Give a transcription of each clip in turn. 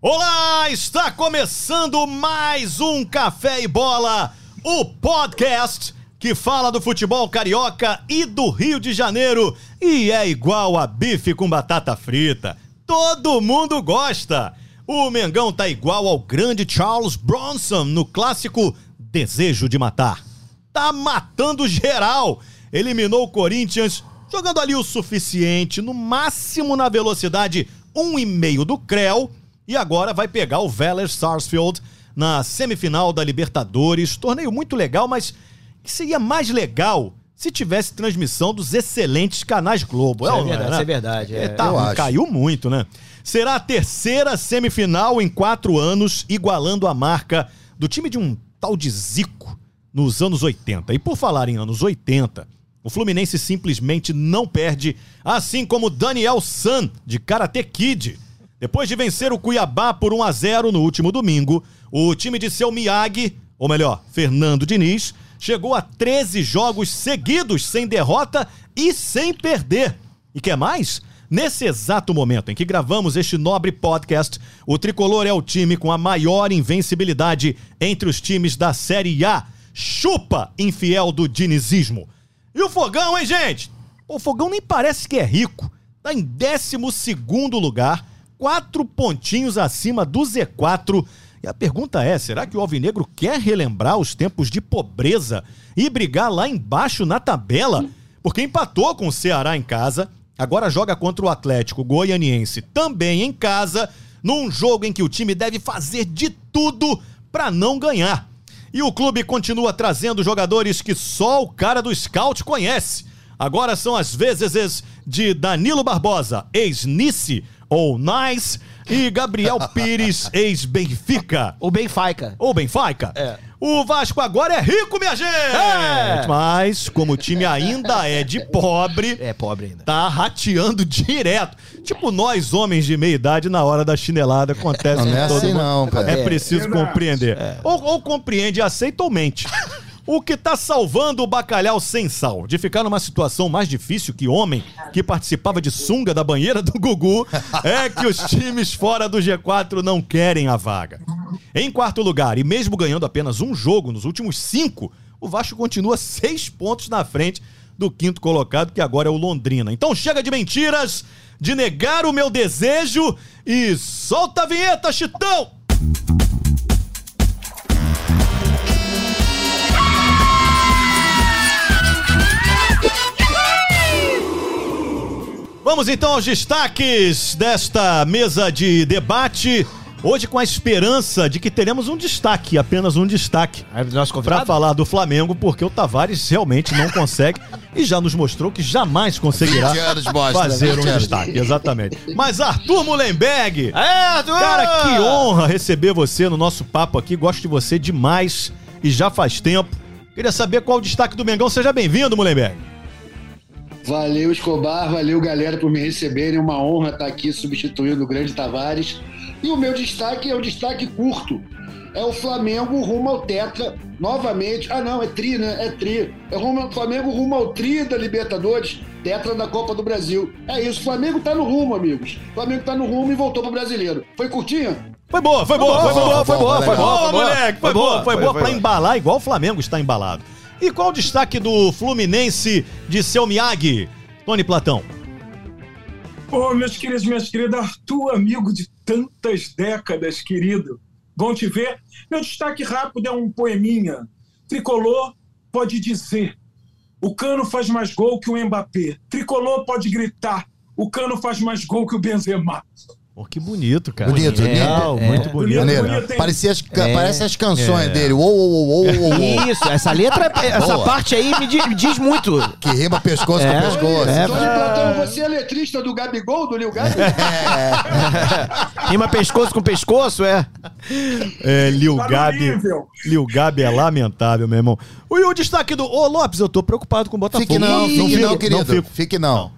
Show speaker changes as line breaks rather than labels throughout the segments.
Olá, está começando mais um Café e Bola, o podcast que fala do futebol carioca e do Rio de Janeiro e é igual a bife com batata frita. Todo mundo gosta. O Mengão tá igual ao grande Charles Bronson no clássico Desejo de Matar. Tá matando geral. Eliminou o Corinthians, jogando ali o suficiente, no máximo na velocidade 1,5 do Creu e agora vai pegar o Vélez Sarsfield na semifinal da Libertadores. Torneio muito legal, mas que seria mais legal se tivesse transmissão dos excelentes canais Globo.
Isso
ou não né?
é verdade, isso é verdade, é.
tá,
Eu
ruim,
acho.
caiu muito, né? Será a terceira semifinal em quatro anos, igualando a marca do time de um tal de Zico nos anos 80. E por falar em anos 80, o Fluminense simplesmente não perde, assim como Daniel San, de Karate Kid. Depois de vencer o Cuiabá por 1 a 0 no último domingo, o time de seu Miyagi, ou melhor, Fernando Diniz, chegou a 13 jogos seguidos sem derrota e sem perder. E quer mais? Nesse exato momento em que gravamos este nobre podcast, o Tricolor é o time com a maior invencibilidade entre os times da Série A. Chupa, infiel do dinizismo. E o Fogão, hein, gente? O Fogão nem parece que é rico. Tá em 12 lugar, quatro pontinhos acima do Z4. E a pergunta é: será que o Alvinegro quer relembrar os tempos de pobreza e brigar lá embaixo na tabela? Porque empatou com o Ceará em casa, agora joga contra o Atlético Goianiense também em casa, num jogo em que o time deve fazer de tudo pra não ganhar. E o clube continua trazendo jogadores que só o cara do scout conhece. Agora são as vezes de Danilo Barbosa, ex-Nice ou Nice, e Gabriel Pires, ex-Benfica
O Benfica.
ou Benfica.
É.
O Vasco agora é rico, minha gente!
É.
Mas, como o time ainda é de pobre,
É pobre ainda.
tá rateando direto. Tipo nós, homens de meia idade, na hora da chinelada, acontece
Não,
com
não é
todo
assim
mundo.
não, cara.
É preciso compreender. Ou, ou compreende, e aceita ou mente. O que tá salvando o bacalhau sem sal de ficar numa situação mais difícil que homem que participava de sunga da banheira do Gugu é que os times fora do G4 não querem a vaga. Em quarto lugar, e mesmo ganhando apenas um jogo nos últimos cinco, o Vasco continua seis pontos na frente do quinto colocado, que agora é o Londrina. Então chega de mentiras, de negar o meu desejo e solta a vinheta, Chitão! Vamos então aos destaques desta mesa de debate. Hoje, com a esperança de que teremos um destaque, apenas um destaque,
Aí nosso
para
convidado.
falar do Flamengo, porque o Tavares realmente não consegue e já nos mostrou que jamais conseguirá
20 anos, bosta,
fazer um
20 anos.
destaque. Exatamente. Mas Arthur Mullenberg,
É,
Ah!
Arthur!
Cara, que honra receber você no nosso papo aqui. Gosto de você demais e já faz tempo. Queria saber qual o destaque do Mengão. Seja bem-vindo, Mullenberg.
Valeu, Escobar, valeu, galera, por me receberem. Uma honra estar aqui substituindo o grande Tavares. E o meu destaque é o destaque curto. É o Flamengo rumo ao Tetra novamente. Ah, não, é tri, né? É tri. É rumo ao Flamengo rumo ao tri da Libertadores, Tetra da Copa do Brasil. É isso, o Flamengo tá no rumo, amigos. O Flamengo tá no rumo e voltou pro brasileiro. Foi curtinha?
Foi boa, foi boa, foi boa, foi boa, foi boa,
legal.
Foi boa,
moleque. Foi
foi
boa,
boa,
foi
foi,
boa
foi
pra
boa.
embalar igual o Flamengo está embalado. E qual o destaque do Fluminense de seu Miyagi? Tony Platão.
Ô, meus queridos, minhas queridas, Arthur, amigo de tantas décadas, querido. Bom te ver. Meu destaque rápido é um poeminha. Tricolor pode dizer. O Cano faz mais gol que o Mbappé. Tricolor pode gritar. O Cano faz mais gol que o Benzema.
Oh, que bonito, cara.
Bonito,
Legal,
bonito.
muito
É.
bonito.
Maneiro.
bonito, hein?
Parecia as, ca-
É.
Parece as canções dele. Uou, uou, uou, uou, uou, uou.
Isso, essa letra, é essa
Boa.
parte aí me di- me diz, muito.
Que rima pescoço
É,
com pescoço.
é.
Tony Platão, você é letrista do Gabigol, do Lil Gabi?
Rima pescoço com pescoço, é.
É, Lil
Tá no
Gabi.
nível.
Lil Gabi é lamentável, meu irmão. E o destaque do. Ô, Lopes, eu tô preocupado com o Botafogo.
Fique não, fique
Tá fico,
não, querido.
fico.
Fique não.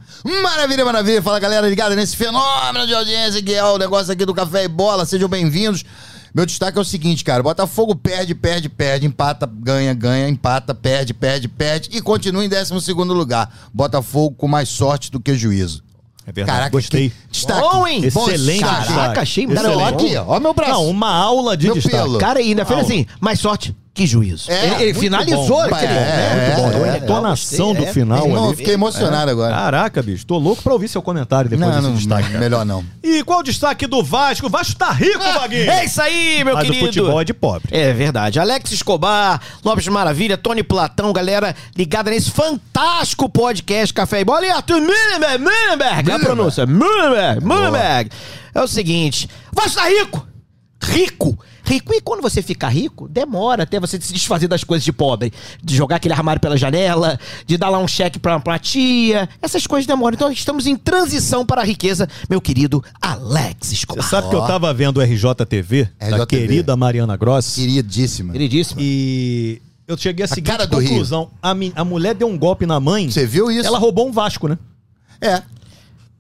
Maravilha, maravilha. Fala, galera, ligada nesse fenômeno de audiência que é o negócio aqui do Café e Bola. Sejam bem-vindos. Meu destaque é o seguinte, cara. Botafogo perde, perde, perde, empata, ganha, ganha, empata, perde, perde, perde e continua em 12 lugar. Botafogo com mais sorte do que juízo.
É verdade. Gostei.
que destaque.
Bom, hein?
Tá Excelente
Bom,
destaque.
Caraca, achei muito
Cara, ó
Excelente.
aqui, ó meu braço.
Não, uma aula de
Meu
destaque.
pelo.
Cara, e ainda fez
Aula.
assim, mais sorte que juízo.
É,
ele ele
muito
finalizou
bom.
aquele
É,
momento.
é,
Muito bom.
é,
Eu
A entonação
gostei,
do
é.
final
Irmão, eu
ali.
fiquei emocionado agora.
Caraca, bicho, tô louco pra ouvir seu comentário depois
não,
desse
não,
destaque. cara.
melhor não.
E qual o destaque do Vasco? O Vasco tá rico, Vaguinho!
É isso aí, meu
Mas
querido.
o futebol é de pobre.
É verdade. Alex Escobar, Lopes Maravilha, Tony Platão, galera ligada nesse fantástico podcast Café e Bola. E Arthur Mullenberg, Mullenberg, a pronúncia. Mullenberg, Mullenberg. É o seguinte, vai estar rico. Rico. Rico. E quando você ficar rico, demora até você se desfazer das coisas de pobre. De jogar aquele armário pela janela, de dar lá um cheque pra, pra tia. Essas coisas demoram. Então estamos em transição para a riqueza, meu querido Alex Escobar.
Você sabe que eu tava vendo o RJTV, da
RJTV.
querida Mariana Grossi,
Queridíssima.
Queridíssimo.
e eu cheguei à seguinte
cara do
conclusão. A, mi- a mulher deu um golpe na mãe,
Você viu isso?
ela roubou um Vasco, né?
É.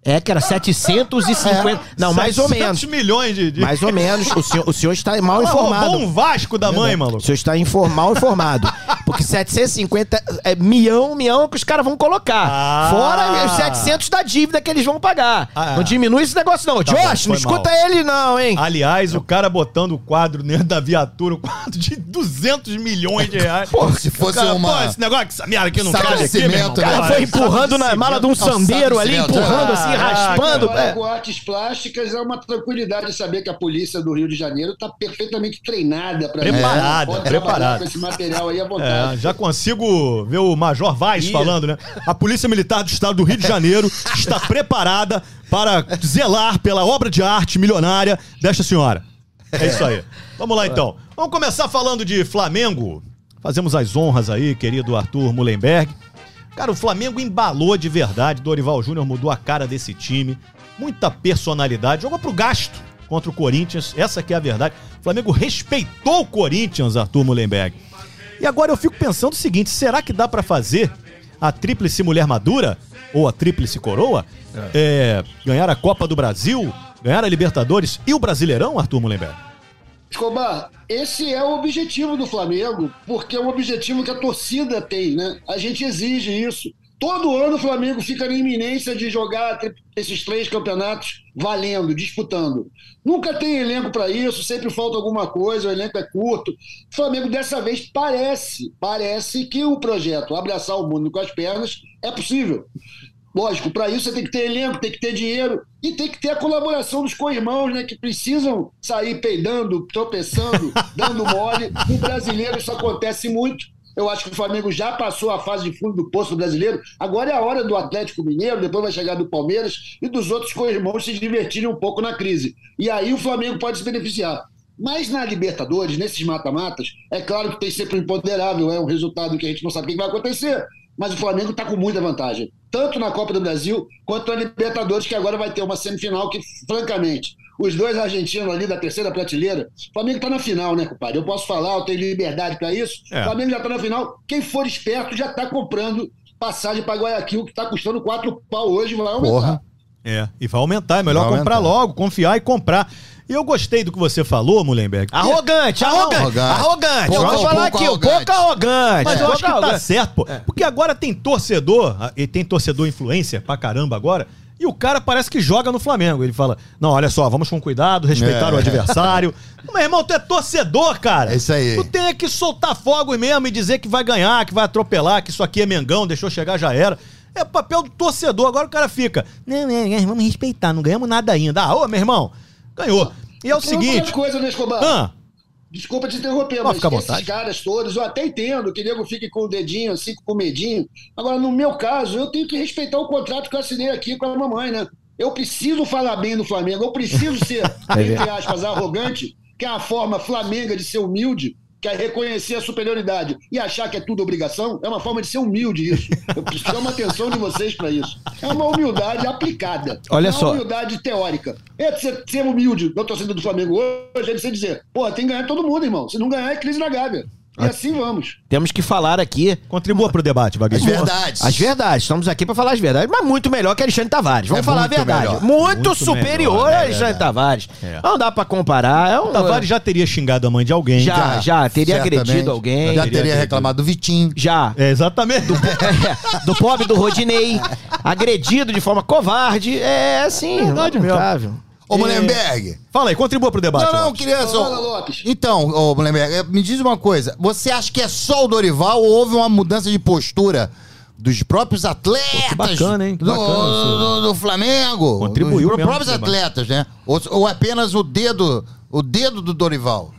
É, que era 750.
É.
Não, mais ou
700
menos.
milhões de... de...
Mais ou menos. O senhor, o senhor está mal
ela
informado.
roubou um Vasco da mãe,
O
maluco.
senhor está infor- mal informado. Porque 750 é milhão, milhão que os caras vão colocar.
Ah.
Fora os 700 da dívida que eles vão pagar.
Ah.
Não diminui esse negócio, não.
Tá bom,
Josh,
foi
não
mal. Ah,
escuta ele, não, hein?
Aliás, o cara botando o quadro dentro da viatura, o quadro de 200 milhões de reais.
Pô, se fosse
cara,
uma-
pô, esse negócio que essa merda aqui não
Sabe
cabe aqui, meu irmão.
cimento, né?
Ela foi
Cara,
empurrando na mala de um
Calçado
sandeiro ali,
cimento.
empurrando assim,
Caraca.
raspando.
Trabalhar
É.
com artes plásticas é uma tranquilidade saber que a polícia do Rio de Janeiro está perfeitamente treinada para
Preparada, preparada.
com esse material aí à vontade.
É, já consigo ver o Major Vaz falando, né? A Polícia Militar do Estado do Rio de Janeiro está preparada para zelar pela obra de arte milionária desta senhora. É isso aí. Vamos lá então. Vamos começar falando de Flamengo. Fazemos as honras aí, querido Arthur Mullenberg. Cara, o Flamengo embalou de verdade. Dorival Júnior mudou a cara desse time. Muita personalidade. Jogou pro gasto contra o Corinthians. Essa que é a verdade. O Flamengo respeitou o Corinthians, Arthur Mullenberg. E agora eu fico pensando o seguinte: será que dá pra fazer a tríplice mulher madura? Ou a tríplice coroa? É, ganhar a Copa do Brasil? Ganhar a Libertadores e o Brasileirão, Arthur Mullenberg?
Escobar, esse é o objetivo do Flamengo, porque é um objetivo que a torcida tem, né? A gente exige isso. Todo ano o Flamengo fica na iminência de jogar tri- esses três campeonatos valendo, disputando. Nunca tem elenco para isso, sempre falta alguma coisa, o elenco é curto. O Flamengo dessa vez parece, parece que o projeto abraçar o mundo com as pernas é possível. Lógico, para isso você tem que ter elenco, tem que ter dinheiro e tem que ter a colaboração dos co-irmãos, né? Que precisam sair peidando, tropeçando, dando mole. No brasileiro isso acontece muito. Eu acho que o Flamengo já passou a fase de fundo do poço do brasileiro. Agora é a hora do Atlético Mineiro, depois vai chegar do Palmeiras e dos outros co-irmãos se divertirem um pouco na crise. E aí o Flamengo pode se beneficiar. Mas na Libertadores, nesses mata-matas, é claro que tem sempre um imponderável, é um resultado que a gente não sabe o que vai acontecer. Mas o Flamengo está com muita vantagem, tanto na Copa do Brasil quanto na Libertadores, que agora vai ter uma semifinal que, francamente, os dois argentinos ali da terceira prateleira, o Flamengo está na final, né, compadre? Eu posso falar, eu tenho liberdade para isso.
É.
O Flamengo já está na final. Quem for esperto já está comprando passagem para Guayaquil, que está custando quatro pau hoje, vai aumentar.
Porra.
É, e vai aumentar, é melhor
Vai
comprar
aumentar.
logo, confiar e comprar. E eu gostei do que você falou, Mullenberg.
Tá Arrogante, arrogante,
Arrogante.
arrogante. Eu
Pouco-
vou falar
pouco
aqui, o
arrogante.
pouco arrogante.
Mas eu
pouco
acho que tá
arrogante. É.
certo, pô. Porque agora tem torcedor, ah, e tem torcedor influencer pra caramba agora, e o cara parece que joga no Flamengo. Ele fala: Não, olha só, vamos com cuidado, respeitar
É.
o adversário. Meu irmão, tu é torcedor, cara.
É isso aí.
Tu tem é que soltar fogo mesmo e dizer que vai ganhar, que vai atropelar, que isso aqui é Mengão, deixou chegar, já era. É papel do torcedor. Agora o cara fica: Não, é, é, vamos respeitar, não ganhamos nada ainda. Ah, ô, meu irmão, ganhou. E é o
um
Tem uma outra
seguinte.
coisa, né, Escobar?
Ah,
Desculpa te interromper,
Pode
mas
ficar à
esses
vontade.
caras todos, eu até entendo que nego fique com o dedinho, assim, com o medinho. Agora, no meu caso, eu tenho que respeitar o contrato que eu assinei aqui com a mamãe, né? Eu preciso falar bem do Flamengo, eu preciso
É
ser, entre aspas, arrogante, que é a forma flamenga de ser humilde, que é reconhecer a superioridade e achar que é tudo obrigação, é uma forma de ser humilde isso. Eu preciso- chamo a atenção de vocês para isso. É uma humildade aplicada.
Olha
Não é
só.
humildade teórica. É ser, ser humilde da torcida do Flamengo hoje, é de você dizer, pô, tem que ganhar todo mundo, irmão. Se não ganhar, é crise na Gávea. E assim vamos.
Temos que falar aqui
Contribua pro debate,
As
É
Vaguinho.
verdades.
as verdades. Estamos aqui pra falar as verdades, mas muito melhor que Alexandre Tavares. Vamos
É
falar a
muito
verdade.
melhor.
Muito,
Muito
superior
melhor, né,
a Alexandre
verdade.
Tavares.
É.
Não dá pra comparar. É um,
O Tavares já teria xingado a mãe de alguém.
já, já teria
Certamente.
agredido alguém.
Já
Já.
teria reclamado do Vitinho.
É, exatamente.
do pobre do Rodinei, agredido de forma covarde. É assim,
Verdade mesmo.
lamentável.
Ô, Mullenberg.
Fala aí, contribua pro debate.
Não, não, eu
É. Lopes.
queria só...
Fala, Lopes.
Então, ô, Mullenberg, eh, me diz uma coisa. Você acha que é só o Dorival ou houve uma mudança de postura dos próprios atletas?
que bacana, hein? Que
do,
bacana,
do, do- do Flamengo?
Contribuiu
Dos
mesmo
próprios
pro debate.
atletas, né? Ou, ou apenas o dedo, o dedo do Dorival?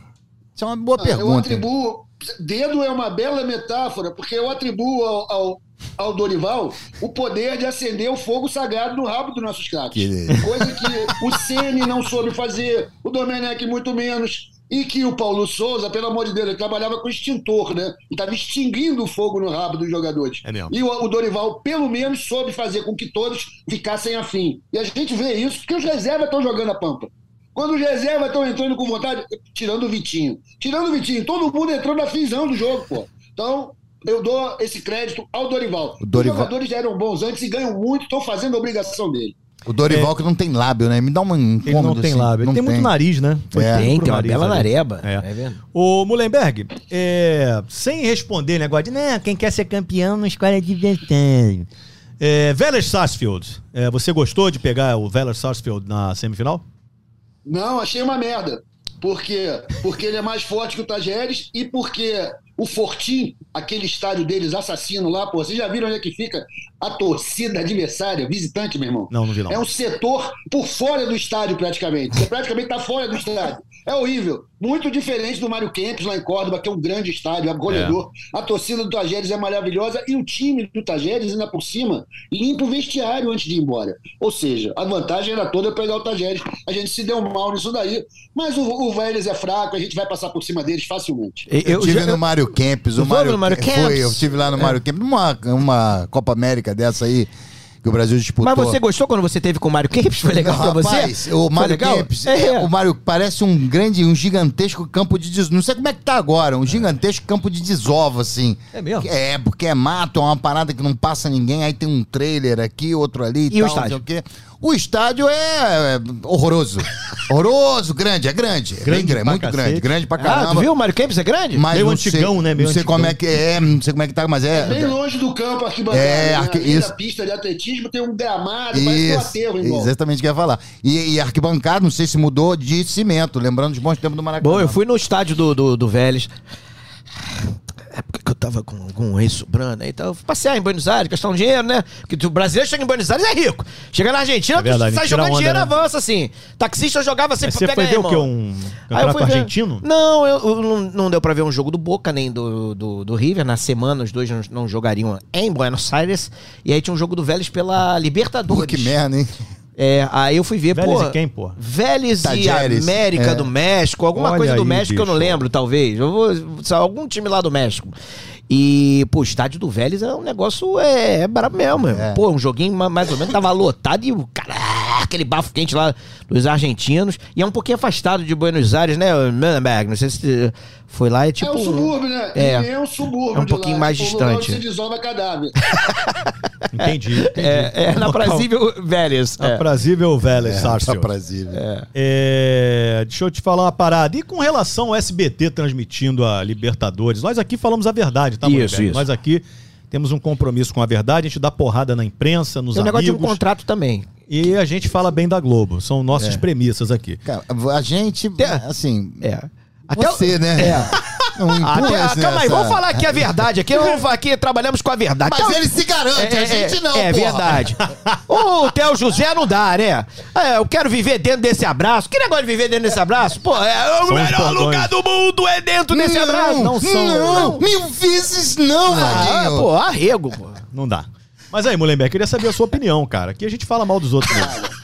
Isso é uma boa
Eu
pergunta.
atribuo. Dedo é uma bela metáfora, porque eu atribuo ao, ao, ao Dorival o poder de acender o fogo sagrado no rabo dos nossos craques.
Que-
Coisa que o Ceni não soube fazer, o Domenech muito menos. E que o Paulo Souza, pelo amor de Deus, ele trabalhava com extintor, né? E estava extinguindo o fogo no rabo dos jogadores.
É mesmo.
E o, o Dorival, pelo menos, soube fazer com que todos ficassem afim. E a gente vê isso porque os reservas estão jogando a pampa. Quando os reservas estão entrando com vontade, tirando o Vitinho. Tirando o Vitinho, todo mundo entrou na finzão do jogo, pô. Então, eu dou esse crédito ao Dorival.
O Dorival-
Os jogadores já eram bons antes e ganham muito, estão fazendo a obrigação dele.
O Dorival que não tem lábio, né? Me dá um incômodo.
Ele não tem
assim.
lábio. Ele tem, muito nariz, né? Foi
É.
tudo
Tem,
pro
tem uma
nariz
bela
ali.
nareba.
É.
Tá vendo?
Ô, Mullenberg, é, sem responder negócio de, né, quem quer ser campeão não escolhe adversário. É, Vélez Sarsfield, é, você gostou de pegar o Vélez Sarsfield na semifinal?
Não, achei uma merda. Por quê? Porque ele é mais forte que o Tajeres e porque o Fortim, aquele estádio deles assassino lá, pô, vocês já viram onde é que fica a torcida adversária, visitante, meu irmão?
Não, não vi não.
É um setor por fora do estádio, praticamente. Você praticamente está fora do estádio. É horrível. Muito diferente do Mário Kempis lá em Córdoba, que é um grande estádio, acolhedor. A torcida do Tajeres é maravilhosa e o time do Tajeres, ainda por cima, limpa o vestiário antes de ir embora. Ou seja, a vantagem era toda pegar o Tajeres. A gente se deu mal nisso daí. Mas o, o Vélez é fraco, a gente vai passar por cima deles facilmente.
Eu,
Eu, tive
já-
no Mário Kempes.
Tu
O
foi
Mário,
no Mário
Kempes?
Kempes?
eu estive lá no Mário Kempes. Numa uma Copa América dessa aí, que o Brasil disputou.
Mas você gostou quando você teve com o Mário Kempis? Foi legal
Não,
pra você?
rapaz,
Foi
o Mário
legal?
Kempes,
É.
é, o Mário parece um grande, um gigantesco campo de desova. Não sei como é que tá agora, um gigantesco campo de desova, assim.
É mesmo?
É, porque é mato, é uma parada que não passa ninguém, aí tem um trailer aqui, outro ali e,
E o
tal,
estádio?
não sei o quê. O estádio é, é, horroroso. horroroso, grande, é grande. É
Grande
bem grande,
pra
muito
cacete.
grande, grande pra
Ah, tu
caramba.
viu? O Mário Kempis é grande?
Mas
Meio
não sei-
antigão, né? Meio
não sei como é
antigão.
que é, não sei como é que tá, mas é.
Bem longe do campo arquibancada.
É,
né?
arqui-
Além da
isso.
pista de atletismo tem um gramado, parece um
Isso,
aterro, irmão.
exatamente o que eu ia falar. E, e arquibancada, não sei se mudou de cimento, lembrando os bons tempos do Maracanã.
Bom, eu fui no estádio do, do, do Vélez. É porque eu tava com algum ex-sobrano aí, então eu fui passear em Buenos Aires, gastar um dinheiro, né? Porque o brasileiro chega em Buenos Aires é rico. Chega na Argentina,
É verdade,
tu sai
tira
jogando
onda,
dinheiro,
né?
avança assim. Taxista eu jogava
Mas
sempre
você
pra
foi
tipo pegar,
ver o que?
irmão.
Um
Aí eu
campeonato
fui ver-
argentino?
Não, eu, eu não, não deu pra ver um jogo do Boca nem do, do, do River. Na semana os dois não, não jogariam em Buenos Aires. E aí tinha um jogo do Vélez pela Libertadores.
Pô, que merda, hein?
É, aí eu fui ver,
Vélez
pô.
e quem, pô?
Vélez e
Tajeres,
América
é.
do México, alguma
Olha
coisa do
aí,
México que eu não
bicho.
lembro, talvez. Eu vou, sei lá, algum time lá do México. E, pô, o estádio do Vélez é um negócio é, é brabo mesmo. É. Pô, um joguinho ma- mais ou menos tava lotado e o cara, aquele bafo quente lá dos argentinos. E é um pouquinho afastado de Buenos Aires, né? Manenberg, não sei se foi lá e tipo.
é um subúrbio, né?
é.
E é um subúrbio.
É um
de lá,
pouquinho mais
tipo, um lugar onde
distante.
se desova cadáver.
Entendi, entendi. Tá
É, é, na
Local-
Brasília, tá Vélez. é.
Aprazível Vélez
tá
Sarsfield.
Aprazível.
É, deixa eu te falar uma parada. E com relação ao SBT transmitindo a Libertadores, nós aqui falamos a verdade, tá,
Isso,
Mullenberg?
isso.
Nós aqui temos um compromisso com a verdade, a gente dá porrada na imprensa, nos
Tem um negócio de um
amigos
contrato também.
e a gente fala bem da Globo. São nossas premissas aqui.
Cara, a gente, assim,
É.
você, né? Não
Até,
impõe,
ah,
assim,
calma aí,
essa-
vamos falar aqui a verdade. Aqui, vamos falar aqui trabalhamos com a verdade.
Mas
Então,
ele se garante, a gente não,
É
porra.
verdade. O Theo José não dá, né? É, eu quero viver dentro desse abraço. Que negócio de viver dentro desse abraço? Pô, é
São
o
os
melhor
bordões.
lugar do mundo é dentro desse abraço.
Não, não,
são.
não, mil vezes
Hum,
não,
Ah,
Vaguinho.
pô, arrego, pô.
Não dá. Mas aí, Mullenberg, queria saber a sua opinião, cara. Que a gente fala mal dos outros. mesmo.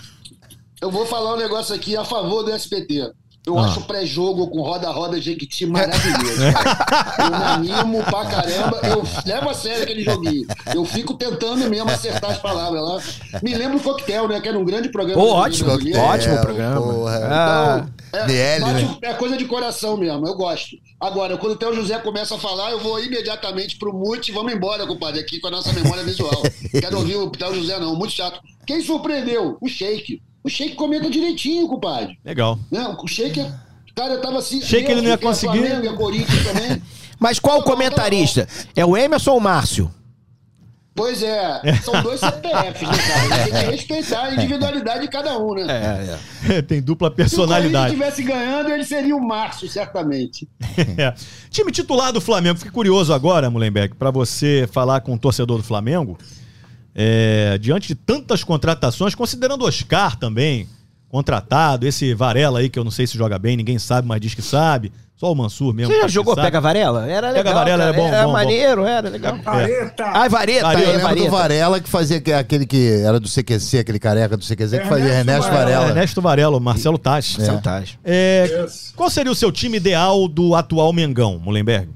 Eu vou falar um negócio aqui a favor do SPT. Eu
Ah.
acho o pré-jogo com roda-roda Jequiti
É.
maravilhoso. cara. Eu me animo pra caramba. Eu levo a sério aquele joguinho. Eu fico tentando mesmo acertar as palavras lá. Me lembro do Coquetel, né? Que era um grande programa.
Pô,
do
ótimo,
brasileiro.
ótimo
É,
programa.
porra.
Ah,
Então,
DL,
Bate
né?
o- É coisa de coração mesmo, eu gosto. Agora, quando o Theo José começa a falar, eu vou imediatamente pro mute e vamos embora, compadre, aqui com a nossa memória visual. Quero ouvir o Theo José, não, muito chato. Quem surpreendeu? O Sheik. O Sheik comenta direitinho, compadre.
Legal.
Não, o Sheik, é- cara, eu tava assim.
Sheik,
eu
ele não ia
fiquei
conseguir.
Flamengo, ia Corinthians também.
Mas qual o comentarista? É o Emerson ou o Márcio?
Pois é, são dois CPFs, né, cara? Tem que respeitar a individualidade de cada um, né?
É, é.
Tem dupla
Se o
um
Corinthians
personalidade.
estivesse ganhando, ele seria o Márcio, certamente.
É. Time titular do Flamengo. Fiquei curioso agora, Mullenberg, pra você falar com o torcedor do Flamengo. É, diante de tantas contratações, considerando Oscar também, contratado, esse Varela aí, que eu não sei se joga bem, ninguém sabe, mas diz que sabe. Só o Mansur mesmo.
Você já
parece um que
jogou
sabe.
Pega Varela? Era legal.
Pega Varela
cara.
era bom,
Era
bom, bom.
maneiro, era legal.
É.
Vareta!
Ah,
Ai, vareta,
Varela,
é,
eu
Tá, Eu lembro
vareta.
do Varela que fazia que- aquele que era do CQC, aquele careca do CQC, que fazia
Ernesto
Ernesto
Varela.
Varela.
É, Ernesto Varela, o Marcelo Taz.
Fantástico.
É,
Yes.
qual seria o seu time ideal do atual Mengão, Mullenberg?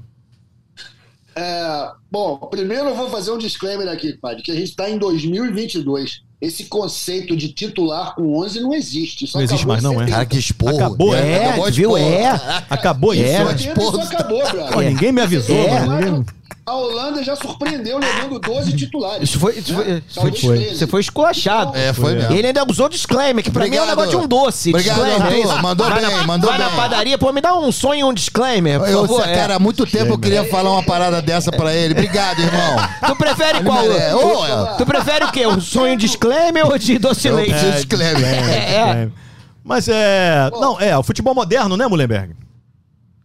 É, bom, primeiro eu vou fazer um disclaimer aqui, padre, que a gente está em 2022. Esse conceito de titular com 11 não existe. Só
Não existe
acabou
mais,
em
não, é?
70.
Cara, que esporro.
Acabou,
Ele
É,
acabou de
viu?
esporro.
É.
Acabou isso?
É.
Só teve, só acabou,
Pô,
brother.
ninguém me avisou, né?
É.
mano. Ninguém-
A Holanda já surpreendeu levando 12 titulares. né?
Isso foi, isso foi, isso foi,
Talvez treze.
Você foi esculachado.
É, foi mesmo.
Ele ainda usou disclaimer, que pra mim é um
Obrigado.
negócio de um doce.
Obrigado,
disclaimer,
Arthur.
é isso?
Mandou
vai
bem,
na,
mandou
vai
bem.
na padaria, pô, me dá um sonho e um disclaimer, por
Eu,
favor. é.
cara, há muito tempo eu queria falar uma parada dessa pra ele. Obrigado, irmão.
Tu prefere
Ele
qual?
merece. Ô,
é.
Tu prefere o quê? Um sonho disclaimer ou de doce
Eu
leite?
preciso de Kleber.
É, é.
É. Mas é. Não, é, o futebol moderno, né, Mullenberg?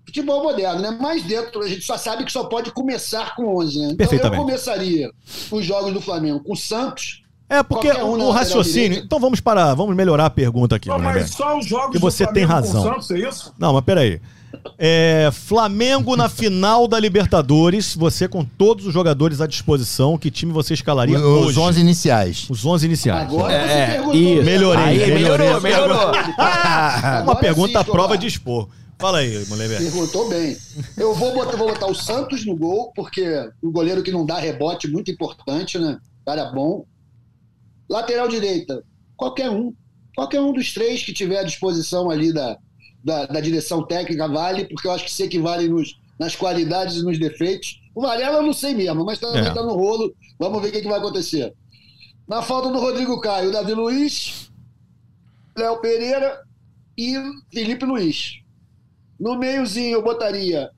Futebol moderno, né? Mas dentro, a gente só sabe que só pode começar com 11, né? Então eu
Perfeitamente.
começaria os jogos do Flamengo com o Santos.
É, porque
Qualquer
o
um na lateral
raciocínio.
direita.
Então vamos para. Vamos melhorar a pergunta aqui,
Pô, mas
Mullenberg.
só os jogos
né? E você
do
tem
Flamengo com
razão.
Santos, é isso?
Não, mas peraí. É, Flamengo na final da Libertadores, você com todos os jogadores à disposição, que time você escalaria
Os
hoje?
11 iniciais.
Os 11 iniciais.
Agora
né?
você
é,
perguntou.
isso.
mesmo.
Melhorei.
Aí, é
melhorou,
melhorou, melhorou.
Ah, uma
Agora sim,
pergunta à
Escobar.
prova de expor. Fala aí, Mullenberg.
Perguntou bem. Eu vou botar, vou botar o Santos no gol, porque um goleiro que não dá rebote, muito importante, né? Cara bom. Lateral direita, qualquer um. Qualquer um dos três que tiver à disposição ali da, da, da direção técnica vale, porque eu acho que se equivale nos, nas qualidades e nos defeitos. O Varela eu não sei mesmo, mas também
É.
está no rolo. Vamos ver o que, que vai acontecer. Na falta do Rodrigo Caio, Davi Luiz, Léo Pereira e Felipe Luiz. No meiozinho eu botaria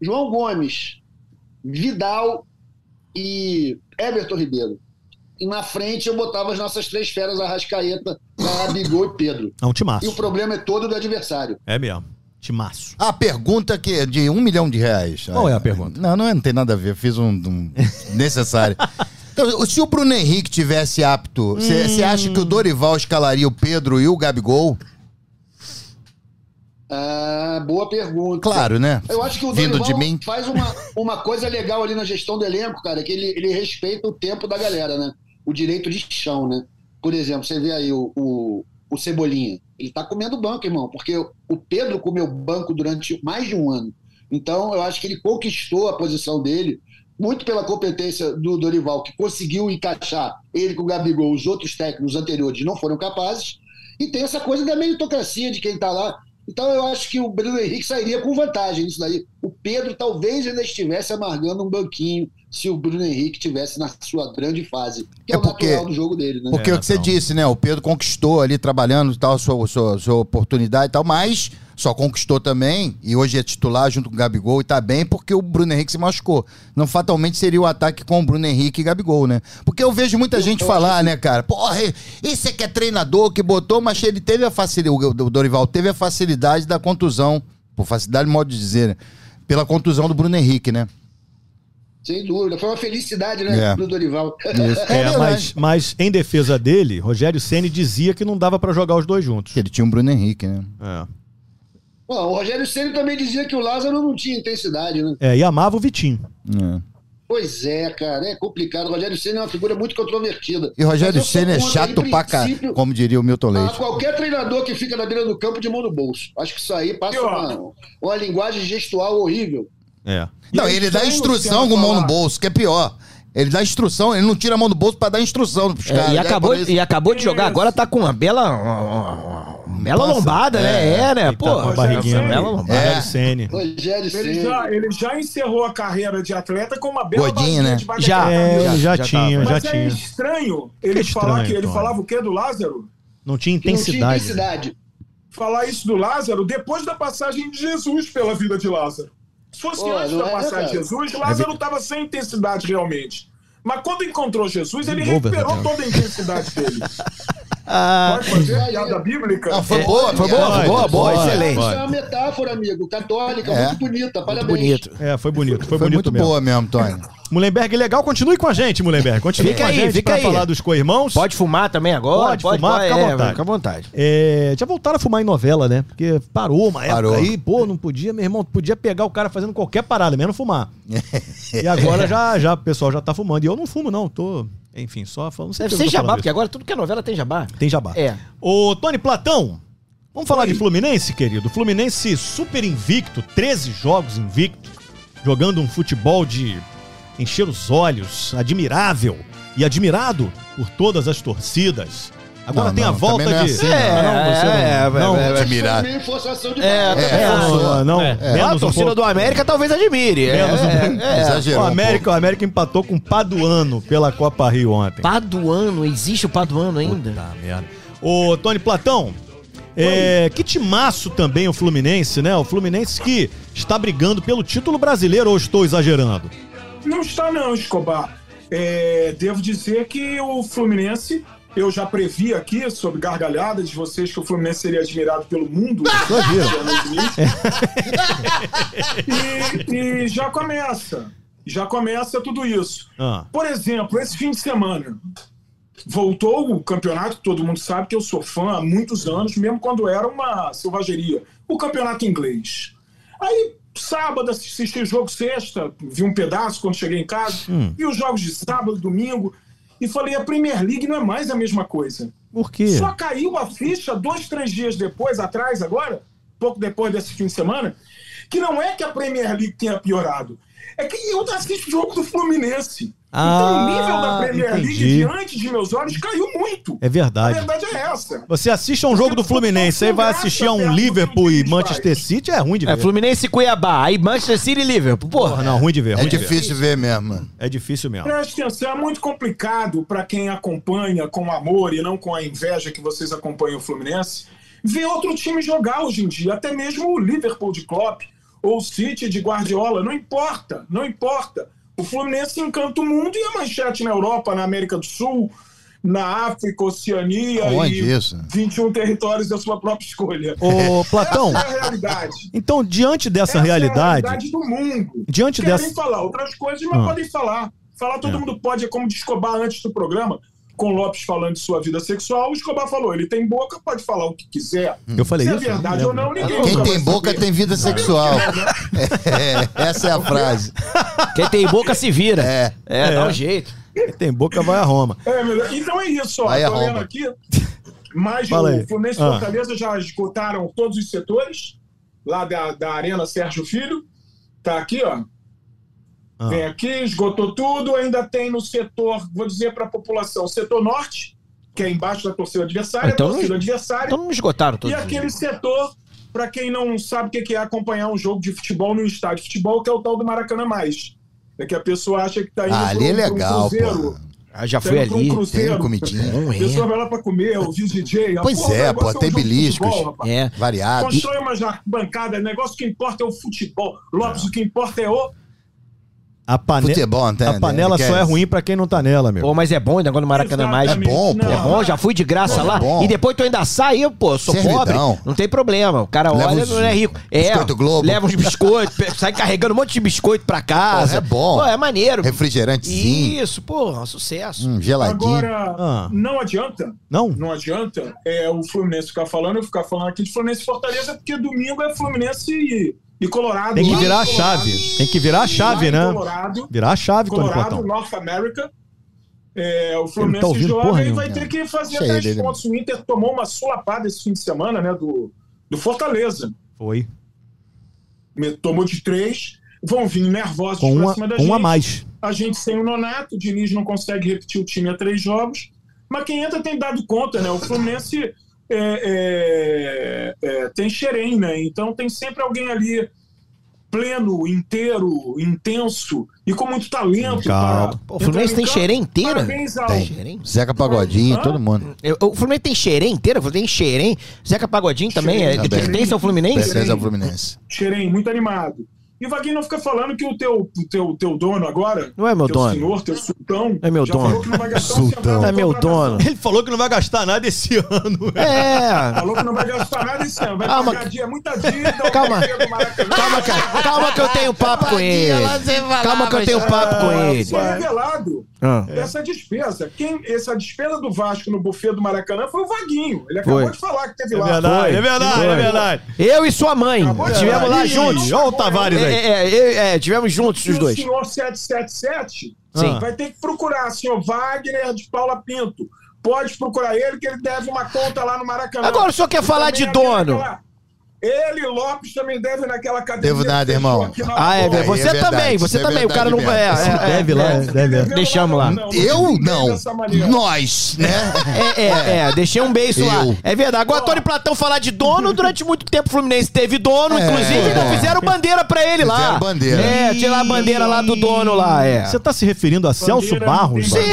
João Gomes, Vidal e Everton Ribeiro. E na frente eu botava as nossas três feras, Arrascaeta, Gabigol e Pedro.
É um
E o
timaço.
problema é todo do adversário.
É mesmo. Timaço.
A pergunta que é de um milhão de reais.
Qual é a pergunta?
Não, não, é- não tem nada a ver. Fiz um, um necessário. Então, se o Bruno Henrique tivesse apto,
Hum.
você acha que o Dorival escalaria o Pedro e o Gabigol?
Ah, boa pergunta.
Claro, né?
Eu acho que o
Vindo de
Dorival
mim.
faz uma, uma coisa legal ali na gestão do elenco, cara, que ele, ele respeita o tempo da galera, né? O direito de chão, né? Por exemplo, você vê aí o, o, o Cebolinha. Ele tá comendo banco, irmão, porque o Pedro comeu banco durante mais de um ano. Então, eu acho que ele conquistou a posição dele muito pela competência do Dorival, que conseguiu encaixar ele com o Gabigol, os outros técnicos anteriores não foram capazes. E tem essa coisa da meritocracia de quem tá lá. Então eu acho que o Bruno Henrique sairia com vantagem nisso daí. O Pedro talvez ainda estivesse amargando um banquinho se o Bruno Henrique tivesse na sua grande fase, que é,
É
o
porque-
natural do jogo dele, né?
Porque
É,
o que você
natural.
disse, né? O Pedro conquistou ali trabalhando e tal, sua, sua, sua oportunidade e tal, mas só conquistou também e hoje é titular junto com o Gabigol e tá bem porque o Bruno Henrique se machucou. Não fatalmente seria o ataque com o Bruno Henrique e Gabigol, né? Porque eu vejo muita gente falar, né, cara? Porra, esse é que é treinador que botou, mas ele teve a facilidade, o Dorival teve a facilidade da contusão, por facilidade, modo de dizer, né? Pela contusão do Bruno Henrique, né?
Sem dúvida. Foi uma felicidade, né,
É.
do Dorival.
É,
verdade.
mas, mas em defesa dele, Rogério Ceni dizia que não dava pra jogar os dois juntos.
Ele tinha um Bruno Henrique, né?
É.
Bom, o Rogério Ceni também dizia que o Lázaro não tinha intensidade, né?
É, e amava o Vitinho.
É.
Pois é, cara, é complicado. O Rogério Ceni é uma figura muito controvertida.
E Rogério
Mas eu sou
Senna é
contra,
chato
em
pra caralho,
princípio, Ah,
como diria o Milton
a
Leite.
qualquer treinador que fica na beira do campo de mão no bolso. Acho que isso aí passa
Eu-
uma, uma linguagem gestual horrível.
É.
Então,
Não,
ele
ele dá
tem o
instrução
que
com a mão
falar.
no bolso, que é pior. Ele dá instrução, ele não tira a mão do bolso pra dar instrução pros
É,
caras.
e,
Já
acabou,
falei isso.
e acabou de jogar,
Isso.
agora tá com uma bela. Uma, Bela
passa.
lombada, né? É, né?
Ele
Pô,
tá com a barriguinha.
é
bela lombada.
Rogério
É.
Ceni.
Rogério
Ele
Ceni.
já, ele já encerrou a carreira de atleta com uma bela
Gordinho,
barriguinha
né?
de vaca
Já.
grávida.
É, ele já,
já
tinha,
tava.
já
Mas é
tinha.
estranho ele
Que é
falar
estranho,
que ele
Tony.
falava o quê do Lázaro?
Não tinha
que Não tinha
intensidade. né?
intensidade.
Falar isso do Lázaro depois da passagem de Jesus pela vida de Lázaro. Se fosse
Pô,
antes
não
da
é,
passagem de
cara?
Jesus, Lázaro estava sem intensidade realmente. Mas quando encontrou Jesus, ele
novo,
recuperou
Everton.
toda a intensidade dele. Pode fazer a piada bíblica?
Não, foi boa, foi boa, foi boa,
Pode,
boa,
pode.
excelente.
Isso é uma metáfora, amigo. Católica,
É.
muito bonita. Parabéns.
Bonito.
É, foi bonito, foi,
Foi
bonito
muito
mesmo.
boa mesmo, Tony.
Mullenberg, é legal, continue com a gente, Mullenberg. Continue
Fica
com a
aí,
gente
fica
pra
aí.
falar dos co-irmãos.
Pode fumar também agora?
Pode fumar, fica à
é,
vontade.
Fica à vontade.
É, já voltaram a fumar em novela, né? Porque parou uma época
Parou.
aí, pô, não podia, meu irmão, podia pegar o cara fazendo qualquer parada, menos fumar. e agora já, já, o pessoal já tá fumando. E eu não fumo, não, tô, enfim, só falando. não sei por
Deve
que
ser
eu tô
jabá,
falando
porque agora tudo que é novela tem jabá.
isso. Tem jabá.
É.
Ô, Tony Platão, vamos falar de Fluminense, querido? Fluminense super invicto, 13 jogos invicto, jogando um futebol de encher os olhos, admirável e admirado por todas as torcidas. Agora
Não,
tem a
não,
volta
também não é
de.
assim,
Ah, não, você não- não.
é,
Te
é.
mirar.
Também forçação de
É,
barra.
também
É,
acho.
não, não, é.
Ah,
menos
a
um
torcida
pouco.
do América talvez admire. É,
Menos um pouco.
é, é.
O
Exagerou. um
América, o América empatou com o Paduano pela Copa Rio ontem.
Paduano, existe o Paduano ainda?
Puta merda. Ô, Tony Platão, é, que timaço também o Fluminense, né? O Fluminense que está brigando pelo título brasileiro, ou estou exagerando?
Não está não, Escobar. É, devo dizer que o Fluminense, eu já previ aqui, sobre gargalhadas de vocês, que o Fluminense seria admirado pelo mundo. e, e já começa. Já começa tudo isso.
Ah,
Por exemplo, esse fim de semana voltou o campeonato, todo mundo sabe que eu sou fã há muitos anos, mesmo quando era uma selvageria. O campeonato inglês. Aí, sábado, assisti o jogo sexta, vi um pedaço quando cheguei em casa, vi os jogos de sábado, domingo, e falei: a Premier League não é mais a mesma coisa.
por quê?
Só caiu a ficha dois, três dias depois, atrás agora, pouco depois desse fim de semana, que não é que a Premier League tenha piorado. É que eu assisto jogo do Fluminense.
Ah,
então o nível da Premier
entendi.
League diante de meus olhos caiu muito.
É
A
verdade.
verdade é essa.
Você assiste a um jogo do Fluminense, aí vai assistir a um Liverpool e Manchester City, é ruim de ver.
É Fluminense e Cuiabá, aí Manchester City e Liverpool. Porra,
Porra, não, ruim de ver,
É
ruim de ver.
difícil ver mesmo. mano.
É difícil mesmo.
Presta atenção, é muito complicado para quem acompanha com amor e não com a inveja que vocês acompanham o Fluminense, ver outro time jogar hoje em dia, até mesmo o Liverpool de Klopp ou o City de Guardiola, não importa, não importa. O Fluminense encanta o mundo e a manchete na Europa, na América do Sul, na África, Oceania
Onde
e
isso?
21 territórios da sua própria escolha.
Ô, Platão,
Essa é a realidade.
então, diante dessa
Essa é a
realidade,
do mundo.
diante
Querem
dessa...
falar outras coisas, mas
Ah.
podem falar. Falar todo
É.
mundo pode, é como de Escobar antes do programa, com o Lopes falando de sua vida sexual. O Escobar falou: ele tem boca, pode falar o que quiser.
Eu falei
Se é
isso?
verdade ou não, ninguém
Quem
nunca
tem
vai
boca
saber.
tem vida sexual. É, essa é a frase.
quem tem boca se vira.
É.
É, dá um jeito.
Quem tem boca vai a Roma.
É, melhor. Então é isso, ó.
Vai
Tô
arromba.
vendo aqui. Mas
Fala aí.
o Fluminense e
Ah.
Fortaleza já esgotaram todos os setores lá da, da Arena Sérgio Filho. Tá aqui, ó.
Ah.
Vem aqui, esgotou tudo. Ainda tem no setor, vou dizer para a população, setor norte, que é embaixo da torcida adversária,
Ah, então não-
torcida adversária.
Então não esgotaram todos.
E
os
aquele
jogos.
setor, para quem não sabe o que que é acompanhar um jogo de futebol no estádio de futebol, que é o tal do Maracanã Mais. É que a pessoa acha que tá indo
Ah,
pra
ali é
um- pra um
legal,
cruzeiro.
pô.
Ah, já
Tá
fui
indo pra um
ali.
Tem
cruzeiro.
comidinha.
Não
A pessoa
é.
vai lá pra comer, ouvir DJ.
Pois
Porra,
é,
o negócio
pô,
é um
tem
jogo de
beliscos.
futebol, rapaz.
É.
Variado.
Constrói uma bancada, o negócio que importa é o futebol. Lopes, o que importa é o.
A panela...
Futebol, entende?
A panela
Ele
só
quer-
é ruim pra quem não tá nela, meu.
Pô, mas é bom ainda agora no Maracanã mais.
Exatamente.
É bom, pô.
Não.
É bom, já fui de graça
Pô, é
lá.
bom.
e depois tu ainda sai, eu, pô, sou
Servidão.
pobre. Não tem problema. O cara
Leva
olha,
uns
não é rico. É,
biscoito Globo.
leva uns biscoitos, pe- sai carregando um monte de biscoito pra casa.
Pô, é bom.
Pô, é maneiro.
Refrigerantezinho.
Isso, pô, é um sucesso.
Hum, geladinho.
Agora,
Ah.
não adianta
Não?
não adianta é, o Fluminense ficar falando, eu ficar falando aqui de Fluminense e Fortaleza, porque domingo é Fluminense e, e Colorado.
Tem que
Lá em
virar a
Colorado,
chave. Tem que virar a chave,
lá em
né?
Colorado,
Virar a chave, Tony
Colorado,
Platão.
North America. É, o
não tá
Fluminense
ouvindo
joga
porra
e
nenhuma,
vai ter que fazer
Isso aí,
10
dele.
pontos. O Inter tomou uma solapada esse fim de semana, né? Do, do Fortaleza.
Foi.
Me- Tomou de três. Vão vir nervosos
Com
pra
uma,
cima da
com
gente.
uma a mais.
A gente sem o Nonato, o Diniz não consegue repetir o time a três jogos. Mas quem entra tem dado conta, né? O Fluminense é, é, é, tem xerém, né? Então tem sempre alguém ali pleno, inteiro, intenso e com muito talento.
Calma.
para
Pô, o Fluminense
entrar em
tem
campo.
xerém inteira?
Parabéns ao-
Tem.
Xerém?
Zeca Pagodinho,
Hã?
todo mundo.
Eu- eu- o Fluminense tem xerém inteira? O Fluminense tem xerém? Zeca Pagodinho também? é-
Também.
Ele pertence ao Fluminense?
Pertence ao Fluminense.
Xerém, muito animado. E o Vaguinho não fica falando que o teu, o teu, teu dono agora.
Não é meu
teu
dono.
senhor, teu sultão.
É meu
já
dono.
Falou que não vai gastar um
Sultão.
centavo na
É meu
contratação.
dono.
Ele falou que não vai gastar nada esse ano.
É.
Falou que Tá não vai gastar nada esse ano. Vai
Calma.
pagar dia, muita dívida.
Calma.
vai ter no Maracanã.
Calma, cara. Calma que eu tenho papo com ele. Calma que eu tenho papo com ele.
Foi revelado
Ah.
essa despesa. Quem, essa despesa do Vasco no buffet do Maracanã foi o Vaguinho. Ele acabou
Foi.
de falar que teve
É
lá.
verdade, é verdade, é verdade.
Eu e sua mãe. Estivemos lá
Ih,
juntos.
Olha o Tavares
É,
aí.
é, é, é, tivemos juntos
E
os
o
dois. Ah.
senhor 777
Ah.
Sim.
vai ter que procurar senhor Wagner de Paula Pinto. Pode procurar ele, que ele deve uma conta lá no Maracanã.
Agora o senhor quer falar de
Também aquele
dono.
naquela- Ele, Lopes, também deve naquela academia.
Devo nada,
que fechou
irmão.
aqui na
Ah, é,
Paula.
Aí é
você
verdade,
também, você
isso é
também. o cara não
verdade
vai.
mesmo.
É, é,
Deve lá, né? deve.
Deixamos lá.
Eu não.
Dessa maneira.
Nós, né?
É, é, é, deixei um beijo lá.
Eu.
É verdade. Agora, Tony Platão falar de dono, durante muito tempo o Fluminense teve dono,
É,
inclusive ainda
é.
fizeram bandeira pra ele lá.
Fizeram bandeira.
É, tinha lá a bandeira lá do dono lá, é.
Você tá se referindo a Celso
Bandeira,
Barros?
não tem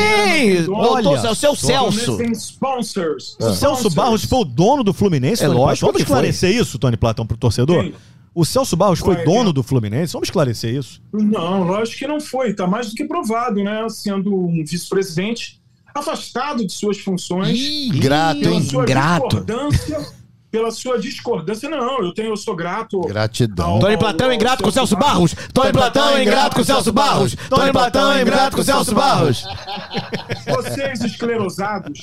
Sim.
Sim!
Olha,
Olha, é o seu
Fluminense
Celso.
Tem sponsors.
O É. Celso Barros foi o dono do Fluminense?
É
Tony
lógico
Platão? Vamos
que foi.
esclarecer isso, Tony Platão, pro torcedor?
Sim.
O Celso Barros
Qual
foi
é,
dono
né?
do Fluminense? Vamos esclarecer isso.
Não, lógico que não foi. Tá mais do que provado, né? Sendo um vice-presidente afastado de suas funções.
Grato,
pela
hein?
sua
Grato.
discordância. Pela sua discordância, não, eu tenho, eu sou grato.
Gratidão.
Tony Platão é ingrato com o Celso Barros. Tony Platão é ingrato com o Celso Barros. Tony Platão é ingrato com o Celso Barros.
Vocês esclerosados,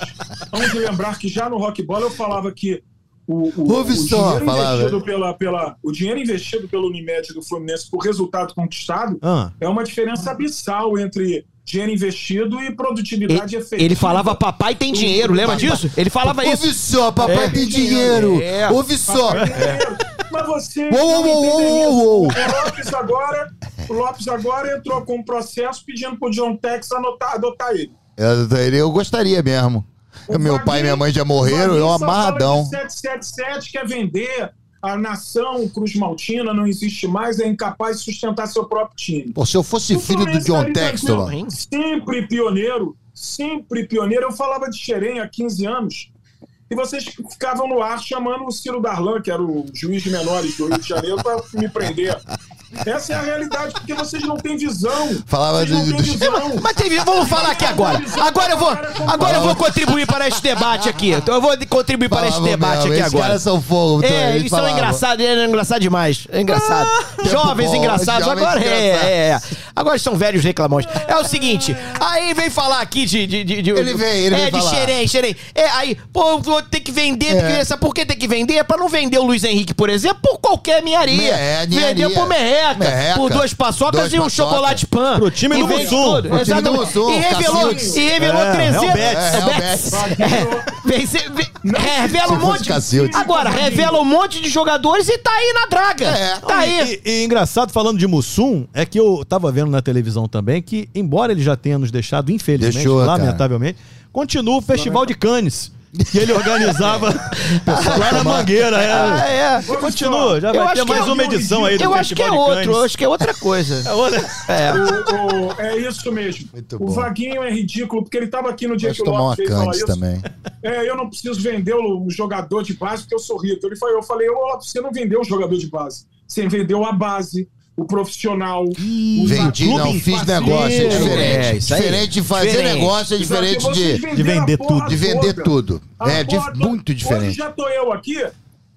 vamos lembrar que já no rockball eu falava que o, o,
Ouve
o
só,
dinheiro
falava.
investido pela, pela, o dinheiro investido pelo Unimed do Fluminense por resultado conquistado
Ah,
é uma diferença abissal entre dinheiro investido e produtividade efetiva.
Ele falava papai tem dinheiro, lembra disso? Ele falava isso.
Ouve só, papai
É.
tem dinheiro.
É.
Ouve só.
Então, Mas você.
É. Uou, uou, uou, uou, uou, uou.
O Lopes agora, o Lopes agora entrou com um processo pedindo pro John Tex anotar, adotar ele.
Eu, É, eu gostaria mesmo.
O
Meu pai e minha mãe já morreram,
Vaguinho
eu
só fala
é um amarradão.
de 777 quer vender a nação Cruz Maltina, não existe mais, é incapaz de sustentar seu próprio time.
Pô, se eu fosse
O
filho do
Fluminense tá
John
ali
Textor,
tranquilo, Sempre pioneiro, sempre pioneiro. Eu falava de Xerém há 15 anos. E vocês ficavam no ar chamando o Ciro Darlan, que era o juiz de menores do Rio de Janeiro, para me prender. Essa é a realidade, porque vocês não têm visão.
Falava
vocês não
do-
têm
do-
visão.
É, Mas teve, vamos falar aqui agora. Agora eu vou, agora eu vou contribuir para este debate aqui. Então eu vou de- contribuir para este
Falavam
debate
mesmo,
aqui
esses
agora.
caras são fogo, Tony,
É, eles são
falavam.
engraçados, ele é engraçado demais. É engraçado. jovens
bom,
engraçados,
Ah! jovens
agora é,
engraçados.
é, é. Agora são velhos reclamões. É o seguinte, aí vem falar aqui de. de, de, de-
Ele vem, ele
é,
vem
de
falar.
xerém, xerém. É, aí, pô, eu vou ter que vender,
É.
porque sabe por que tem que vender? É pra não vender o Luiz Henrique, por exemplo, por qualquer minharia.
Merrearia.
Vendeu por merreca,
Merreca.
por duas paçocas
Duas
e um
paçocas.
chocolate pan.
Pro time
E
do
vem
Mussum.
tudo.
Pro time do
Exatamente.
Mussum,
E revelou,
Cacildes.
e revelou
É, é o
300.
Betis.
É,
É, é o
Betis. É,
Betis.
Vencer- ve- revela um
Se fosse
monte.
Cacildes.
Agora, revela um monte de jogadores e tá aí na draga. Tá aí.
Então, E, e engraçado, falando de Mussum, é que eu tava vendo na televisão também que, embora ele já tenha nos deixado, infelizmente,
Deixou, cara.
lamentavelmente, continua o Festival de Cannes, que ele
É.
organizava lá na Mangueira. É.
Ah, é.
Continua, já
Eu
vai
acho
ter
que
mais
é
uma
o-
edição aí do
Eu acho que é
Festival de
outro, eu
Cannes.
acho que é outra coisa.
É outra.
O- o- é isso mesmo.
Muito
o
bom.
Vaguinho é ridículo, porque ele estava aqui no dia
Pode
que o
tomar uma
Lopes veio falar
Candes
isso.
também.
É, eu não preciso vender o, o jogador de base porque eu sou rico. Ele falou, eu falei, ô, Lopes, você não vendeu o jogador de base. Você vendeu a base, o profissional. o
Vendi,
clube
não, fiz
parceiro.
negócio, é diferente.
É, isso aí.
Diferente de fazer
Diferente.
negócio, é
Exato,
diferente
vocês
de,
venderam
de vender
assim, a porra
tudo.
de vender
toda.
tudo.
A
É
porra
de,
toda.
muito
Hoje
diferente.
já tô eu aqui,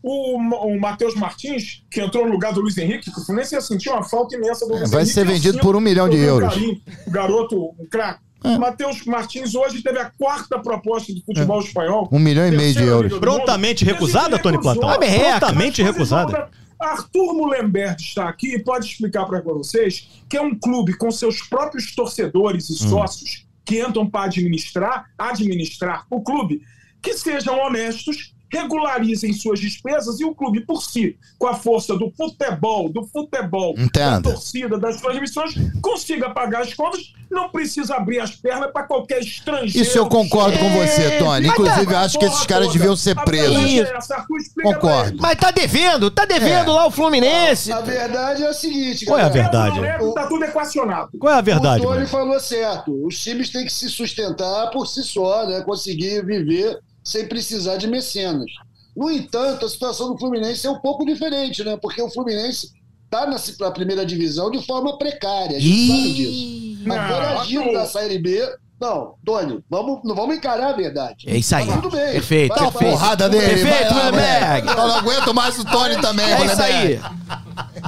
o, Ma- o Matheus Martins, que entrou no lugar do Luiz Henrique, que o Fluminense ia sentir uma falta imensa do Luiz
É, vai
Henrique,
ser
eu
vendido
sinto,
por um milhão
eu
de
tenho
euros. É.
carinho. O garoto, um craque. Matheus Martins hoje teve a quarta proposta do futebol espanhol.
Um milhão e meio de
Terceira
euros.
Liga do
Prontamente
Mundo.
recusada,
Ele
Tony
recusou.
Platão?
Ah, merreca.
Prontamente
Mas, pois,
recusada.
Ivalda, Arthur Mullenberg está aqui e pode explicar para vocês que é um clube com seus próprios torcedores e
Hum.
sócios que entram para administrar, administrar o clube, que sejam honestos regularizem suas despesas e o clube por si, com a força do futebol, do futebol,
Hum,
Entendo.
da torcida, das transmissões, consiga pagar as contas, não precisa abrir as pernas para qualquer estrangeiro.
Isso eu concordo com você, Tony.
mas
Inclusive,
Porra
eu acho que esses caras
toda.
deviam ser
A
presos.
verdade é essa, Arthur, explica pra
Concordo.
eles.
Mas tá devendo, tá devendo
É.
lá o Fluminense.
A verdade é o seguinte,
Qual é a
Lembra,
verdade?
não lembra, Tá tudo equacionado.
Qual é a verdade,
o Tony
mano?
falou certo. Os times têm que se sustentar por si só, né? Conseguir viver sem precisar de mecenas. No entanto, a situação do Fluminense é um pouco diferente, né? Porque o Fluminense está na, si- na primeira divisão de forma precária. A gente sabe disso. Agora
Não,
agindo
Ah, ok.
da Série B. Não, Tony, vamos, não vamos encarar a verdade.
É isso aí.
Mas tudo bem.
Perfeito,
Vai,
perfeito.
vai.
Porrada nele.
Perfeito,
vai lá,
Malemberg.
Eu não aguento mais o Tony também,
É isso
Malemberg.
aí.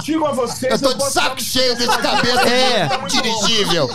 Digo a vocês.
Eu tô de
posso dar
saco
um
cheio desse cabeça
É.
de dirigível.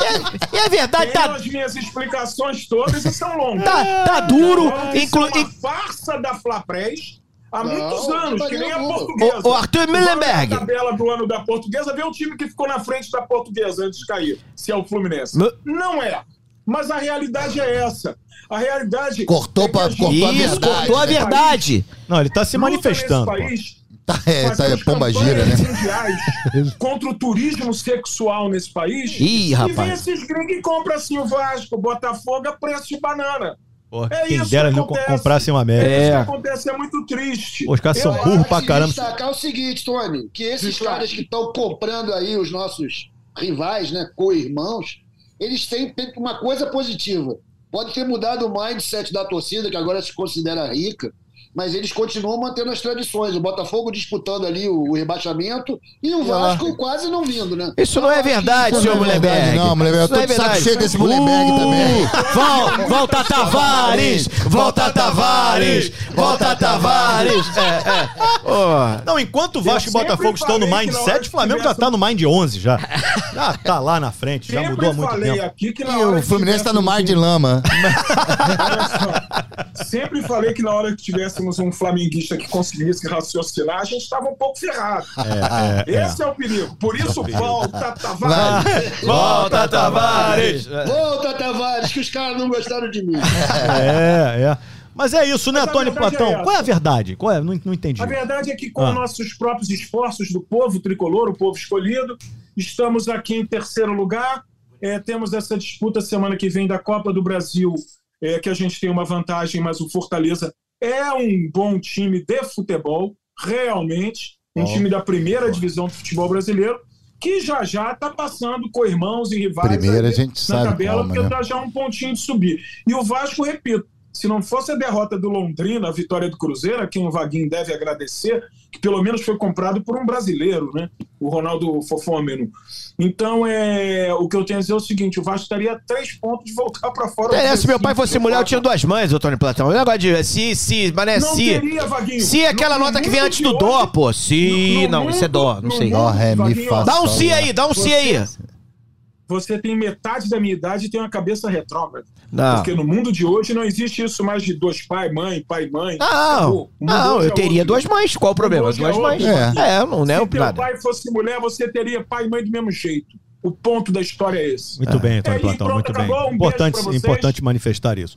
E a verdade
Tenho
tá,
as minhas explicações todas e são longas.
tá, tá duro.
Isso
Inclu
é uma farsa da Flapres há
Não,
muitos anos, que nem a
não.
portuguesa.
Ô, ô, Arthur Millenberg.
Na tabela do ano da portuguesa, vê o time que ficou na frente da portuguesa antes de cair, se é o Fluminense.
Meu-
Não é. Mas a realidade é essa. A realidade.
Cortou
é que
pra-
a gente-
cortou a
Isso,
verdade,
cortou a
né?
verdade.
Não, ele tá se
luta
manifestando.
nesse
pô.
país
Tá, é, tá,
fazer
é
as
pomba gira,
campanhas
né?
mundiais contra o turismo sexual nesse país.
Ih,
E vem
rapaz.
esses gringos e compra assim o Vasco, o Botafogo, a preço de banana.
Pô,
É
quem
isso
dera
que
não co-
acontece.
comprassem uma merda.
Isso que
É.
acontece é muito triste.
Pô, Os caras são
Eu
burros
Tem
pra
que
caramba.
destacar é o seguinte, Tony, que esses
Destaque.
caras que estão comprando aí os nossos rivais, né, co-irmãos, eles têm têm uma coisa positiva. Pode ter mudado o mindset da torcida, que agora se considera rica, mas eles continuam mantendo as tradições. O Botafogo disputando ali o, o rebaixamento e o Vasco quase não vindo, né?
Isso não é verdade,
Isso
senhor
não é verdade,
Mulherberg.
não, Mulherberg. Eu
Isso
tô
não é
de saco
verdade.
cheio desse Mulherberg também.
vol- volta Tavares! Volta Tavares! Volta Tavares! É, é. Ô,
Não, enquanto o Vasco e
Eu
o Botafogo
sempre
estão no
falei que
Mind
na hora
7,
que
o Flamengo já
tivesse-
tá no Mind 11 já. Já tá lá na frente, já
Sempre
mudou há muito
falei
tempo.
aqui que na
E
hora
o
que
Fluminense tá no mar de
tivéssemos
lama.
um- Sempre falei que na hora que tivéssemos um flamenguista que conseguisse raciocinar, a gente estava um pouco ferrado.
É, é, é.
Esse é o perigo. Por isso, volta, Tavares.
Volta Tavares!
Volta, Tavares, que os caras não gostaram de mim.
É, é. Mas é isso, né,
Mas a
Tony
verdade é
Platão?
essa.
Qual é a verdade? Qual é? Não, não entendi.
A verdade é que com
Ah.
nossos próprios esforços do povo tricolor, o povo escolhido, estamos aqui em terceiro lugar. É, temos essa disputa semana que vem da Copa do Brasil, é, que a gente tem uma vantagem, mas o Fortaleza é um bom time de futebol, realmente, um
Bom.
time da primeira divisão do futebol brasileiro, que já já está passando com irmãos e rivais
Primeiro a
ali
gente
na
sabe
tabela,
como,
porque
né?
dá já um pontinho de subir. E o Vasco, repito, se não fosse a derrota do Londrina, a vitória do Cruzeiro, a quem o Vaguinho deve agradecer, que pelo menos foi comprado por um brasileiro, né? O Ronaldo Fofômeno. Então, é... o que eu tenho a dizer é o seguinte: o Vasco estaria a três pontos de voltar para fora.
Interessa, se meu pai fosse mulher, eu tinha duas mães, ô Tony Platão. O negócio de é, se, se, mané,
Não
se.
teria, Vaguinho.
Se é aquela
No- no
nota que vem
mundo
antes do
de
dó,
hoje-
pô. Se.
No- no
Não, isso é dó,
mundo-
não
no
sei.
mundo,
Dó, ré, mi,
Vaguinho,
fá,
ó,
Dá um si aí, dá um si aí.
Você tem metade da minha idade e tem uma cabeça retrógrada.
Não.
Porque no mundo de hoje não existe isso mais de dois pai, mãe, pai, mãe.
Não,
Acabou. O mundo
não,
hoje
eu
é
teria
outro.
duas mães. Qual o problema?
hoje é
Duas mães.
outro.
É, não
Se
é
teu
nada.
pai fosse mulher, você teria pai e mãe do mesmo jeito. O ponto da história é esse.
Muito bem, Tony
É, e
Platão,
pronto,
muito bem.
acabou. Um beijo
importante,
pra vocês.
importante manifestar isso.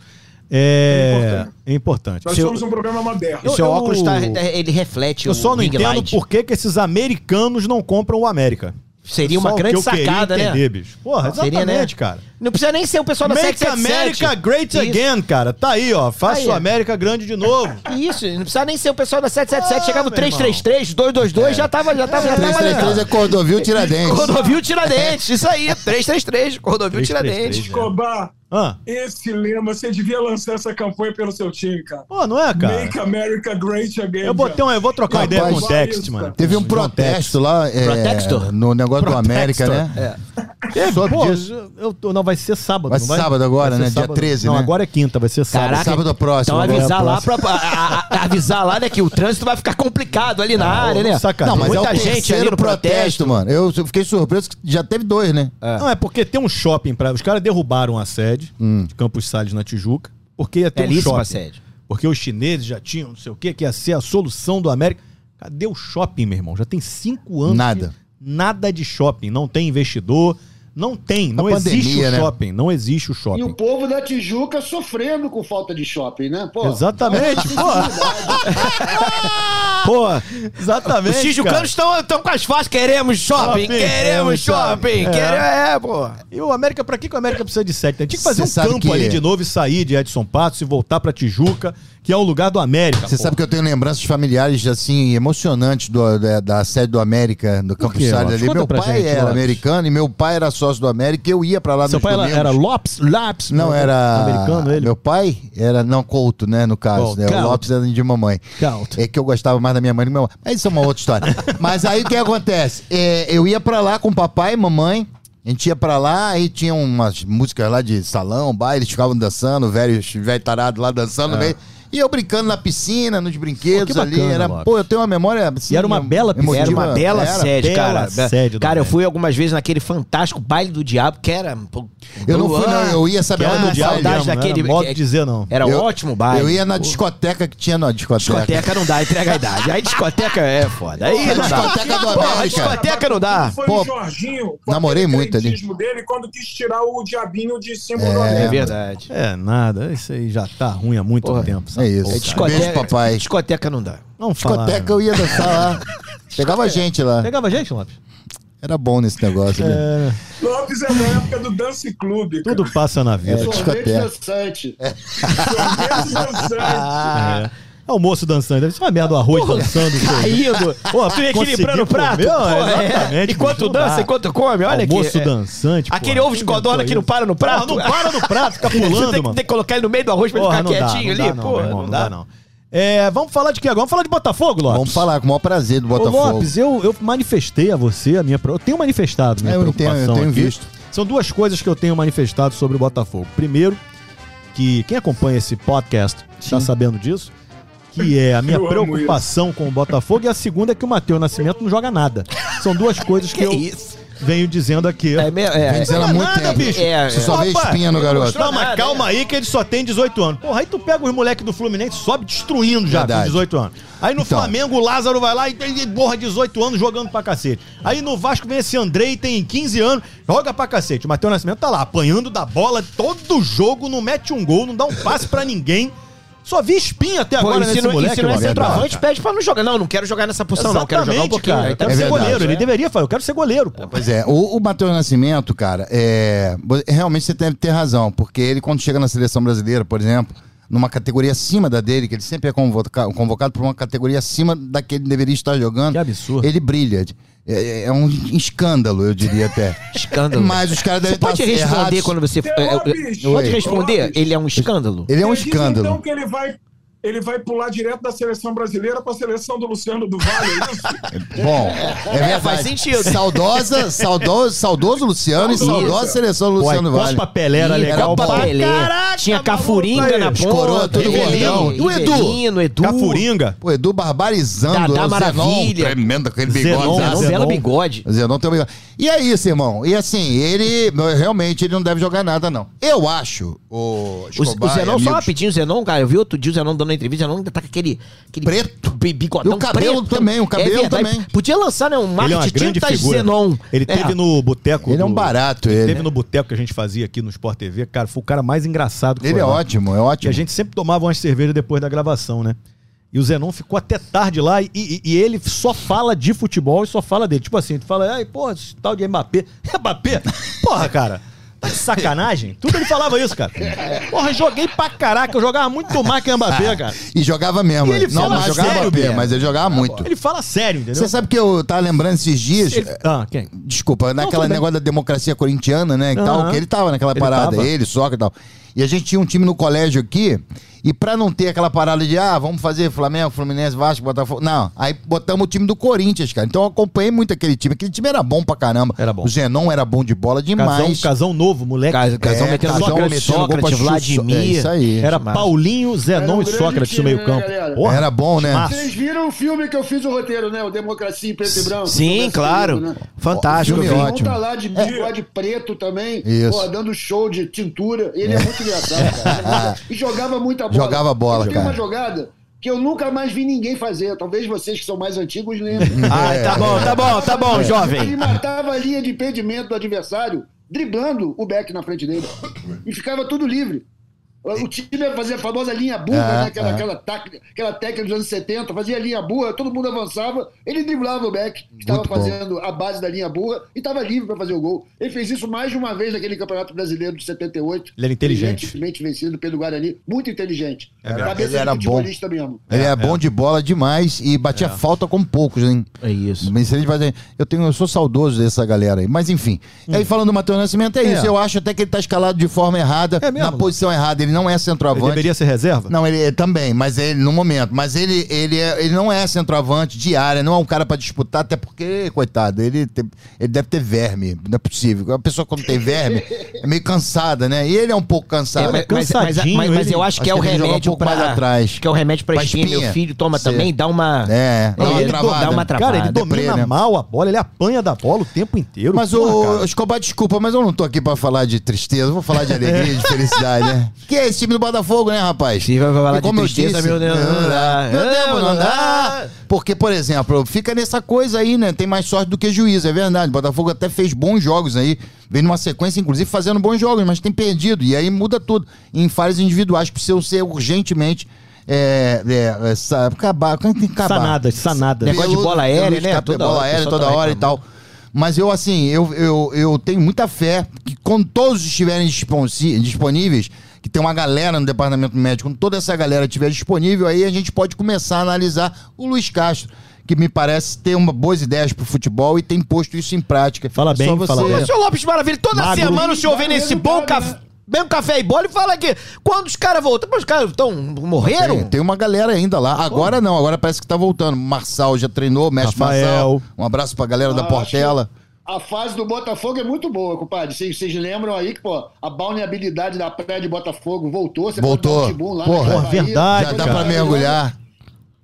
É, é importante.
Nós
Seu-
somos um programa moderno.
Eu-
Seu
eu-
óculos tá, ele reflete
Eu
o
só não
ring
entendo
light.
por que, que esses americanos não compram o América.
Seria uma
Só o que
grande
eu queria
sacada, né?
entender, bicho. Porra,
Não, seria,
exatamente,
né?
cara.
Não precisa nem ser o pessoal da
Make
777.
America Great
Isso.
Again, cara. Tá aí, ó. Faça
Aí.
o América grande de novo.
Isso, não precisava nem ser o pessoal da 777.
Ah,
Chegava o
meu É.
333, 222, já tava, já tava, já tava.
333 é Cordovil Tiradentes.
Cordovil Tiradentes, isso aí, 333, Cordovil
333,
Tiradentes.
né?
Escobar,
Ah,
esse lema, você devia lançar essa campanha pelo seu time, cara.
pô, não é, cara?
Make America Great Again.
Eu botei um, eu vou trocar uma
Rapaz,
ideia com o Text,
isso,
mano.
cara.
Teve um
Com o John Text.
protesto lá é,
Protextor?
no negócio do América,
Protextor,
né?
É,
Soube
pô,
disso.
eu tô- não, vai ser sábado.
Vai
não
ser sábado agora,
Vai ser
né? Dia 13,
Não,
né?
agora é quinta, vai ser sábado.
Caraca,
Sábado próximo.
Então
agora.
avisar lá, pra, a- a- avisar lá, né, que o trânsito vai ficar complicado ali na área, né?
Sacanagem.
Não, mas
Muita
é o
gente
terceiro
ali no protesto.
protesto, mano. Eu fiquei surpreso que já teve dois, né?
Não, é porque tem um shopping pra. Os caras derrubaram a sede
Hum.
de Campos Salles na Tijuca, porque ia ter um
É Belíssima
shopping.
sede.
Porque os chineses já tinham não sei o quê, que ia ser a solução do América. Cadê o shopping, meu irmão? Já tem cinco anos.
Nada.
que- nada de shopping. Não tem investidor, Não tem, não
A
existe
pandemia,
o
né?
shopping, não existe o
E o
shopping.
povo da Tijuca sofrendo com falta de shopping, né? Pô,
Exatamente,
pô.
Pô,
Exatamente.
os tijucanos
cara.
estão estão com as faixas. Queremos shopping,
Shopping,
queremos
queremos
shopping.
shopping. É.
Queremos, é, pô.
E o América, pra que que o América precisa de sete? né? Tinha que fazer
Cê
um
sabe
campo
que- é.
ali de novo e sair de Edson Patos e voltar pra Tijuca, que é o lugar do América.
Você
pô.
sabe que é eu tenho lembranças familiares, assim, emocionantes do- da, da sede do América, do Campos
quê,
Salles
Lopes?
ali.
Conta
Meu
pra
pai
gente,
era
Lopes.
americano e meu pai era sócio do América e eu ia pra lá
Seu
nos
pai era,
domingos.
era Lopes? Lopes?
Não, era...
né? Americano ele?
Meu pai era, não, Couto, né, no caso.
Couto.
né? O
Couto.
Lopes era de mamãe.
Couto.
É que eu gostava mais da minha mãe do que meu pai. Mas isso é uma outra história. Mas aí o que acontece? É, eu ia pra lá com papai e mamãe. A gente ia pra lá e tinha umas músicas lá de salão, baile, eles ficavam dançando, velhos, velho tarado lá dançando. velho. E eu brincando na piscina, nos brinquedos
É. Pô, que
ali.
bacana,
Era,
Lopes.
pô, eu tenho uma memória. assim,
E era uma bela piscina.
emotiva.
Era uma bela
Era.
sede,
bela
cara.
sede do
cara, eu
América.
fui algumas vezes naquele fantástico baile do diabo, que era. pô,
Eu não fui, não. Eu ia
Que
saber
era
lá
do
no
diabo
baile.
saudade
mesmo, não
daquele-
era modo de dizer não.
Era
Eu-
ótimo baile.
Eu ia na
Pô,
discoteca que tinha na
Discoteca não dá, entrega a idade. Aí discoteca é foda. Aí não dá.
Discoteca do
Porra,
América.
discoteca não dá.
Foi
Pô,
o Jorginho. com
namorei
aquele
muito ali.
cretinismo dele quando quis tirar o diabinho de cima
É,
do
É
América.
verdade.
É, nada. Isso aí já tá ruim há muito
Porra.
tempo.
É
sabe?
isso.
Pô,
É
cara.
discoteca. Beijo, papai.
Discoteca não dá.
Não fala.
Discoteca eu ia dançar lá. Pegava gente lá.
Pegava gente, Lopes?
Era bom nesse negócio. né?
É,
Lopes é da época do Dance Clube. cara.
tudo passa na vida.
É.
Sorvete
discoteca.
dançante.
Sorvete dançante.
É. Almoço dançando, deve ser uma merda o arroz
tá
dançando.
Caindo.
Pô,
Pô,
conseguiu
equilibrando o prato.
comer,
pô, é.
exatamente,
Enquanto
bicho, não
dança,
dá.
enquanto come, olha aqui.
Almoço
é.
dançante.
Aquele
porra,
ovo de
quem
codorna
inventou
que não
isso?
para no prato.
Porra, não para no prato, fica
Você tem
pulando,
que
mano.
ter que colocar ele no meio do arroz pra ele
Porra,
ficar quietinho
dá,
ali.
não,
Pô,
meu irmão, não dá, não. É, vamos falar de que agora? Vamos falar de Botafogo, Lopes?
Vamos falar com o maior prazer do
Ô,
Botafogo.
Lopes, eu, eu manifestei a você a minha. pre- Eu tenho manifestado minha
É, eu tenho-
preocupação.
eu tenho
aqui.
visto.
São duas coisas que eu tenho manifestado sobre o Botafogo. Primeiro, que quem acompanha esse podcast está sabendo disso, que é a minha
Eu amo
preocupação com o Botafogo. E a segunda é que o Matheus Nascimento não joga nada. São duas coisas que, eu
isso?
venho dizendo aqui.
É, mesmo, é,
Vem
é.
dizendo há muito
nada,
tempo.
bicho.
É, é.
Você só vê
Opa,
espinha no garoto.
Não, mas
nada,
calma
né?
aí que ele só tem 18 anos. Porra, aí tu pega os moleques do Fluminense, sobe destruindo já
Verdade.
com 18 anos. Aí no
Então.
Flamengo o Lázaro vai lá e tem, porra, 18 anos jogando pra cacete. Aí no Vasco vem esse Andrei, tem 15 anos, joga pra cacete. O Matheus Nascimento tá lá, apanhando da bola todo jogo, não mete um gol, não dá um passe pra ninguém. Só vi espinha até
Pô,
agora
e se
nesse
não, e
moleque.
se não é
mano.
centroavante, pede pra não jogar. Não, não quero jogar nessa posição, não. Quero jogar um
Exatamente,
pouquinho.
cara.
Aí
Eu quero
tá
É
ser
certo.
verdade,
goleiro.
É.
Ele deveria falar, eu quero ser goleiro, pô.
Pois é, o, o Matheus Nascimento, cara, é, bo- realmente você deve ter razão, porque ele quando chega na seleção brasileira, por exemplo, numa categoria acima da dele, que ele sempre é convoca- convocado por uma categoria acima da que ele deveria estar jogando.
Que absurdo.
Ele brilha. É, é um escândalo, eu diria até.
Escândalo.
Mas os caras devem
Você pode
estar
responder
errados.
quando você.
Tem
é, é,
lobbies.
pode
tá Oi.
responder?
Lobbies.
Ele é um escândalo?
Ele é um
Ele diz, Então
escândalo.
que ele vai, ele vai pular direto da seleção brasileira para a seleção do Luciano do Vale, é isso?
Bom, é verdade.
faz sentido.
Saudosa, saudoso, saudoso Luciano
Saudoso.
e saudosa seleção
Pô, a
Luciano Vale.
Copa Pelé era
Ih,
legal,
Copa
pô.
Pelé.
Caraca,
Tinha
maluco,
Cafuringa
aí.
na
Escoroa,
ponta.
todo
Rivelino,
gordão. E o Edu?
Rivelino, Edu.
Cafuringa.
O Edu barbarizando.
Dadá
o
Maravilha.
Tremendo aquele
Zenon,
bigode.
Zenon,
Zenon.
É belo bigode.
O Zenon tem um bigode. E é isso, irmão. E assim, ele realmente ele não deve jogar nada, não. Eu acho
O,
o
o
Escobar e
Zenon, só
amigos-
rapidinho, o Zenon, cara, eu vi outro dia o Zenon dando uma entrevista, o Zenon ainda tá com aquele, aquele
Preto.
bi- bigodão
E o cabelo
preto. É
também, o cabelo
verdade.
também.
Podia lançar, né, um
Ele é uma
marketing de
grande
tintas
figura.
Zenon.
Ele
É.
teve no boteco.
Ele é um
do-
barato,
Ele
ele.
teve no boteco que a gente fazia aqui no Sport TV. Cara, foi o cara mais engraçado que
Ele
foi
é
lá.
ótimo, é
E a
ótimo.
gente sempre tomava umas cervejas depois da gravação, né? E o Zenon ficou até tarde lá e, e- e ele só fala de futebol e só fala dele. Tipo assim, tu fala, ai, porra, esse tal de Mbappé. É Mbappé? Porra, cara. Tá de sacanagem? Tudo ele falava isso, cara. Porra, joguei pra caraca. Eu jogava muito mais que o Mbappé, cara.
E jogava mesmo. né?
E ele
não,
fala
mas
sério,
jogava bem,
Bia.
mas ele jogava muito.
Ele é um fala sério, entendeu?
Você sabe que eu tava lembrando esses dias.
Ele- Ah, quem?
Desculpa,
tudo
naquela
bem.
negócio da democracia corintiana, né? E
Aham.
tal, que ele tava naquela
Ele
parada,
tava.
ele, só e tal. E a gente tinha um time no colégio aqui, e pra não ter aquela parada de, ah, vamos fazer Flamengo, Fluminense, Vasco, Botafogo. Não, aí botamos o time do Corinthians, cara. Então eu acompanhei muito aquele time. Aquele time era bom pra caramba.
Era bom.
O Zenon era bom de bola
Casão,
demais.
casão novo, moleque.
Cas- Casão
É,
metendo
Casão
Sócrates,
metendo gol pra
Sócrates,
Chuchu.
Vladimir.
É isso aí.
Era
Demais.
Paulinho,
Era
Zenon
um
e
grande
Sócrates no
time,
meio campo.
né, galera?
Era bom, né?
Timaço.
Vocês viram o filme que eu fiz o roteiro, né? O Democracia em Preto e Branco.
Sim,
Começa
claro.
tudo, né?
Fantástico.
Filme
eu vi.
é ótimo.
tá lá de bigode preto também,
Isso.
pô, dando show de tintura. Ele é, muito engraçado, cara. E jogava muita bola.
Jogava bola,
E Tem
cara.
uma jogada que eu nunca mais vi ninguém fazer. Talvez vocês que são mais antigos lembrem.
É.
É.
Ah, tá bom, tá bom, tá bom, jovem.
Ele matava a linha de impedimento do adversário driblando o Beck na frente dele. E ficava tudo livre. O time fazia a famosa linha burra,
É,
né? aquela,
é.
aquela, tática- aquela técnica dos anos 70, fazia linha burra, todo mundo avançava, ele driblava o Beck, que estava
Muito bom.
fazendo a base da linha burra e estava livre para fazer o gol. Ele fez isso mais de uma vez naquele Campeonato Brasileiro de 78.
Ele era inteligente.
Inteligentemente vencido pelo Guarani, muito inteligente.
É verdade.
Cabeça
Ele era
de futebolista mesmo.
Ele é, bom de bola demais e batia
É.
falta como poucos, hein?
É isso.
Mas se ele vai dizer, Eu, tenho, eu sou saudoso dessa galera aí. Mas enfim. Aí falando do Matheus Nascimento, é,
Hum. É.
isso. Eu acho até que ele tá escalado de forma errada,
É mesmo,
na
Léo?
posição errada. Ele não é
Ele
centroavante.
deveria ser reserva?
Não, ele é também, mas ele, no momento. Mas ele, ele, é- ele não é centroavante de área, não é um cara pra disputar, até porque, coitado, ele, te- ele deve ter verme. Não é possível. A pessoa, quando tem verme, é meio cansada, né? E ele é um pouco
É,
cansado.
mas, mas- mas-
cansadinho,
mas- mas
ele-
eu acho que
acho
é o
que ele joga um
remédio
pouco
pra,
mais atrás.
acho que é o remédio pra
Pra
espinha.
espinha.
Meu filho toma
Sim.
também, dá uma...
É, dá uma
ele
travada.
dá uma travada.
Cara, ele domina
deprê, né?
mal a bola, ele apanha da bola o tempo inteiro.
Mas
Porra,
o
cara.
Escobar, desculpa, mas eu não tô aqui pra falar de tristeza, eu vou falar de alegria, de felicidade, né? Que é esse time do Botafogo, né, rapaz?
Sim, vai falar
E
de tristeza, meu Deus, não dá.
Meu Deus,
Não dá.
não dá. Porque, por exemplo, fica nessa coisa aí, né? Tem mais sorte do que juízo, é verdade. O Botafogo até fez bons jogos aí, vem numa sequência, inclusive, fazendo bons jogos, mas tem perdido. E aí muda tudo. Em falhas individuais, que precisam ser urgentemente. É, é, essa- acabar, tem que acabar. É,
Sanadas, sanadas.
Negócio de bola aérea, né?
Cap-
Toda
bola
hora, o
aérea
pessoal
toda
tá
hora e
reclamando.
tal. Mas eu, assim, eu, eu, eu tenho muita fé que quando todos estiverem disponsi- disponíveis, que tem uma galera no departamento médico, quando toda essa galera estiver disponível, aí a gente pode começar a analisar o Luiz Castro, que me parece ter uma, boas ideias pro futebol e tem posto isso em prática.
Fala bem,
Só você-
fala bem.
Ô, Senhor Lopes Maravilha, toda
Magro.
semana o senhor vem nesse bom café. Mesmo café e bola e fala que quando os caras voltam, mas os caras estão morreram?
É, Tem, tem uma galera ainda lá. Agora não, agora parece que tá voltando. Marçal já treinou, mestre
Rafael.
Marçal. Um abraço pra galera da
Ah, acho
Portela.
A fase do Botafogo é muito boa, compadre. Vocês vocês lembram aí que, pô, a balneabilidade da praia de Botafogo voltou. Você
Voltou.
pode dar um tibum lá
Porra, é
naquela Bahia.
verdade,
Já
Ai,
dá
cara.
pra mergulhar.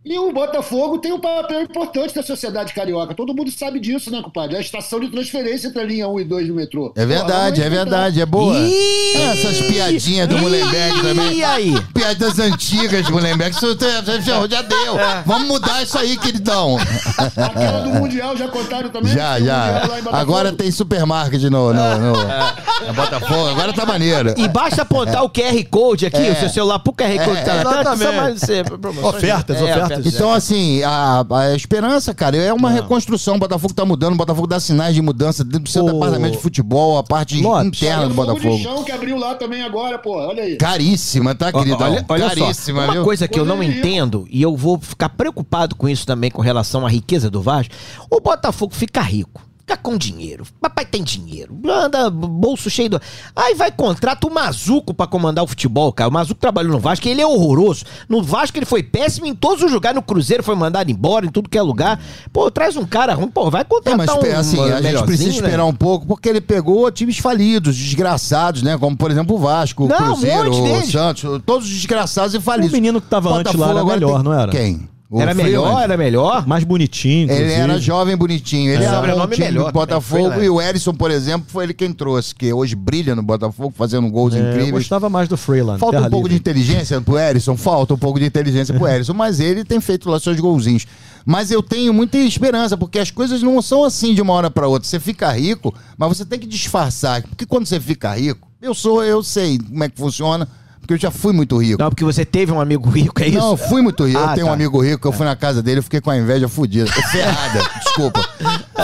E o Botafogo tem um papel importante na sociedade carioca. Todo mundo sabe disso, né, compadre? É a estação de transferência entre a linha 1 e 2 do metrô.
É verdade,
Pô,
é verdade, é boa.
Ih!
Essas piadinhas do Mullenberg também.
E aí?
Piadas antigas, Mullenberg. Isso já- já já deu.
É.
Vamos mudar isso aí, queridão.
Aquela do Mundial já contaram também?
Já,
Tem o Mundial lá
já.
em Botafogo.
Agora tem supermarket no, no, no- no Botafogo. Agora tá maneiro.
É. E basta apontar o QR Code aqui,
É.
o seu celular pro QR Code.
É,
tá lá.
exatamente.
Só mais, É. é, promoções.
Ofertas,
É,
ofertas.
Então, assim, a, a esperança, cara, é uma reconstrução. O Botafogo tá mudando, o Botafogo dá sinais de mudança dentro do seu
Ô,
departamento de futebol, a parte
Lopes.
interna do
um Fogo de
Botafogo.
chão que abriu lá também agora, pô. Olha aí.
Caríssima, tá,
Ó,
queridão?
Olha, olha só,
Caríssima,
uma
viu?
coisa que eu não
Poderia.
entendo, e eu vou ficar preocupado com isso também com relação à riqueza do Vasco, o Botafogo fica rico, fica com dinheiro, papai tem dinheiro, anda bolso cheio do... Aí vai, contrata o Mazuco pra comandar o futebol, cara, o Mazuco trabalhou no Vasco, ele é horroroso, no Vasco ele foi péssimo em todos os lugares, no Cruzeiro foi mandado embora, em tudo que é lugar, pô, traz um cara ruim, pô, vai
Tá
É,
contratar
mas
um
assim, a gente
melhorzinho,
precisa
né?
esperar um pouco, porque ele pegou times falidos, desgraçados, né? Como, por exemplo, o Vasco, o
Não, um
Cruzeiro,
monte
o
deles.
Santos, todos desgraçados e falidos.
O menino que tava antes lá era
agora
melhor,
tem-
não era?
Quem? O
Era melhor,
Freeland?
era melhor.
Ah, Mais bonitinho,
Ele
inclusive.
era jovem, bonitinho. Ele
É.
era
Sobrenome
bom time
melhor
do
também,
Botafogo.
Freeland.
E o Erisson, por exemplo, foi ele quem trouxe, que hoje brilha no Botafogo, fazendo gols
É, eu
incríveis.
gostava mais do Freeland.
Falta
Terra
um pouco de
Livre.
inteligência pro Erisson, falta um pouco de inteligência pro Erisson, mas ele tem feito lá seus golzinhos. Mas eu tenho muita esperança, porque as coisas não são assim de uma hora pra outra. Você fica rico, mas você tem que disfarçar, porque quando você fica rico, eu sou, eu sei como é que funciona, porque eu já fui muito rico.
Não, porque você teve um amigo rico, é isso?
Não, eu fui muito rico.
Ah,
eu tenho
tá.
um amigo rico, que eu fui na casa dele, eu fiquei com a inveja fudida. Ferrada, desculpa.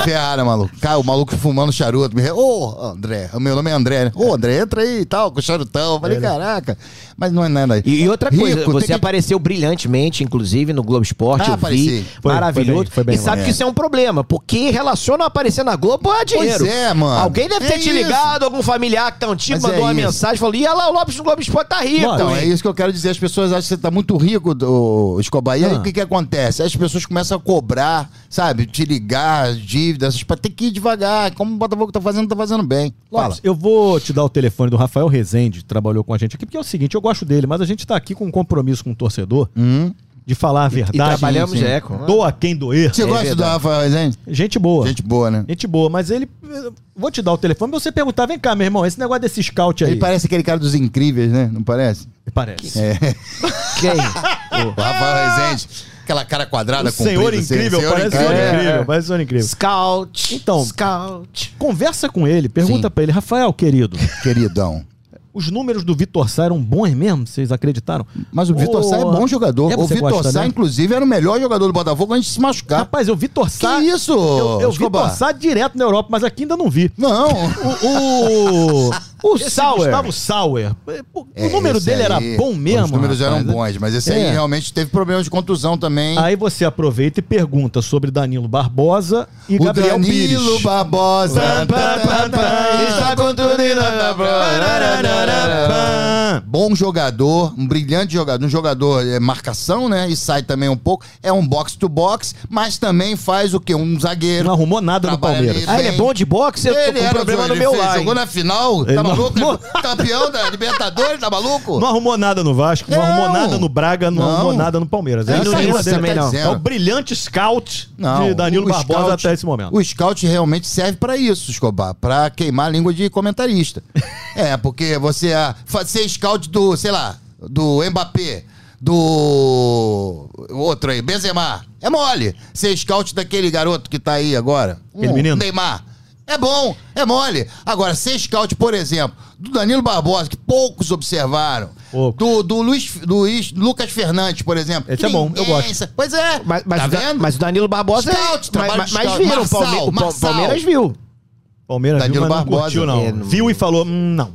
Ferrada, maluco. Cara, o maluco fumando charuto. me re- Ô, André, o meu nome é André, né? Ô, André, entra aí e tal, com charutão. Eu Falei, caraca. Mas não é nada aí.
E, e outra
Rico,
coisa,
tem
você
que-
apareceu brilhantemente, inclusive, no Globo Esporte,
Ah,
eu vi.
apareci.
Foi-
maravilhoso.
foi bem- foi bem
e sabe
lá,
que
é.
isso é um problema, porque relaciona aparecer na Globo a dinheiro.
Pois é, mano.
Alguém deve ter
É
te
isso.
ligado, algum familiar que tá antigo,
Mas é
mandou uma
isso.
mensagem, falou, e olha lá, o Lopes do Globo Esporte tá rico.
Lopes,
Então,
hein?"
é isso que eu quero dizer. As pessoas acham que você tá muito rico, do Escobar. E aí,
Ah.
o que que acontece? As pessoas começam a cobrar, sabe? Te ligar, as dívidas. Essas... pa- Tem que ir devagar. Como o Botafogo tá fazendo, tá fazendo bem. Fala.
Lopes, eu vou te dar o telefone do Rafael Rezende, que trabalhou com a gente aqui, porque é o seguinte, eu gosto dele, mas a gente tá aqui com um compromisso com o torcedor
Hum.
de falar a verdade.
trabalhamos,
Sim.
é, com-
Doa quem doer. É,
Você gosta do
É verdade.
Rafa, gente?
Gente boa. Gente...
Gente boa, né?
boa, mas ele. eu Vou te dar o telefone pra você perguntar: vem cá, meu irmão, esse negócio desse scout aí.
Ele parece aquele cara dos incríveis, né? Não parece?
Parece.
É.
Que é isso?
O Rafael Rezende. Aquela cara é quadrada com
Ah! Senhor incrível, parece senhor
incrível.
É,
incrível, parece senhor incrível.
Scout.
Então-
Scout.
Conversa com ele, pergunta
Sim.
pra ele, Rafael, querido,
Queridão.
os números do Vitor Sá eram bons mesmo? Vocês acreditaram?
Mas o Vitor Sá é
Ô,
bom jogador.
é,
o
você
Vitor
gosta,
Sá,
né?
inclusive, era o melhor jogador do Botafogo antes de se machucar.
Rapaz, eu vi torçar.
Tá. que isso,
Eu, eu vi
Escobar?
torçar direto na Europa, mas aqui ainda não vi.
Não.
O. O, o
Esse
Sauer.
Gustavo
Sauer. O
É,
número
esse
dele era
aí-
bom mesmo.
Os números
rapaz.
eram bons, mas esse
É.
aí realmente teve problemas de contusão também.
Aí você aproveita e pergunta sobre Danilo Barbosa e
o
Gabriel
Danilo
Pires.
Barbosa.
Está com tudo e nada pra-
Bom jogador, um brilhante jogador, um jogador é marcação, né? E sai também um pouco. É um box-to-box, mas também faz o quê? Um zagueiro.
Não arrumou nada no
Trabalha
Palmeiras.
ali.
Ah, ele é bom de boxe? Eu tô com um problema no
ele
meu
fez-
lá. hein?
Jogou na final, tá
não
maluco?
arrumou.
Campeão da Libertadores, tá maluco?
Não arrumou nada no Vasco, não,
Não.
arrumou nada no Braga, não,
Não.
arrumou nada no Palmeiras.
É
Essa
isso
a
aí,
rua
você
dele.
também não.
É o brilhante scout de Danilo
o
Barbosa
scout-
até esse momento.
O scout realmente serve pra isso, Escobar, pra queimar a língua de comentarista. é, porque você ah, fa- ser scout do, sei lá, do Mbappé, do outro aí, Benzema, é mole. Ser scout daquele garoto que tá aí agora,
Aquele menino?
Neymar. É bom, é mole. Agora, ser scout, por exemplo, do Danilo Barbosa, que poucos observaram.
Poucos.
Do, do Luiz, Luiz- Lucas Fernandes, por exemplo.
Esse é bom, eu
Ninguém
gosto.
sa- Pois é.
Mas, mas
tá
o Da-
vendo?
mas o Danilo Barbosa é-
Scout, trabalho
mas,
de
mas
scout.
viram,
Marçal,
o, Palme- o Pa-
Marçal.
Palmeiras viu.
Palmeiras viu,
Danilo
mas não
Barbosa.
curtiu, não.
É, não-
Viu e falou, hum, não.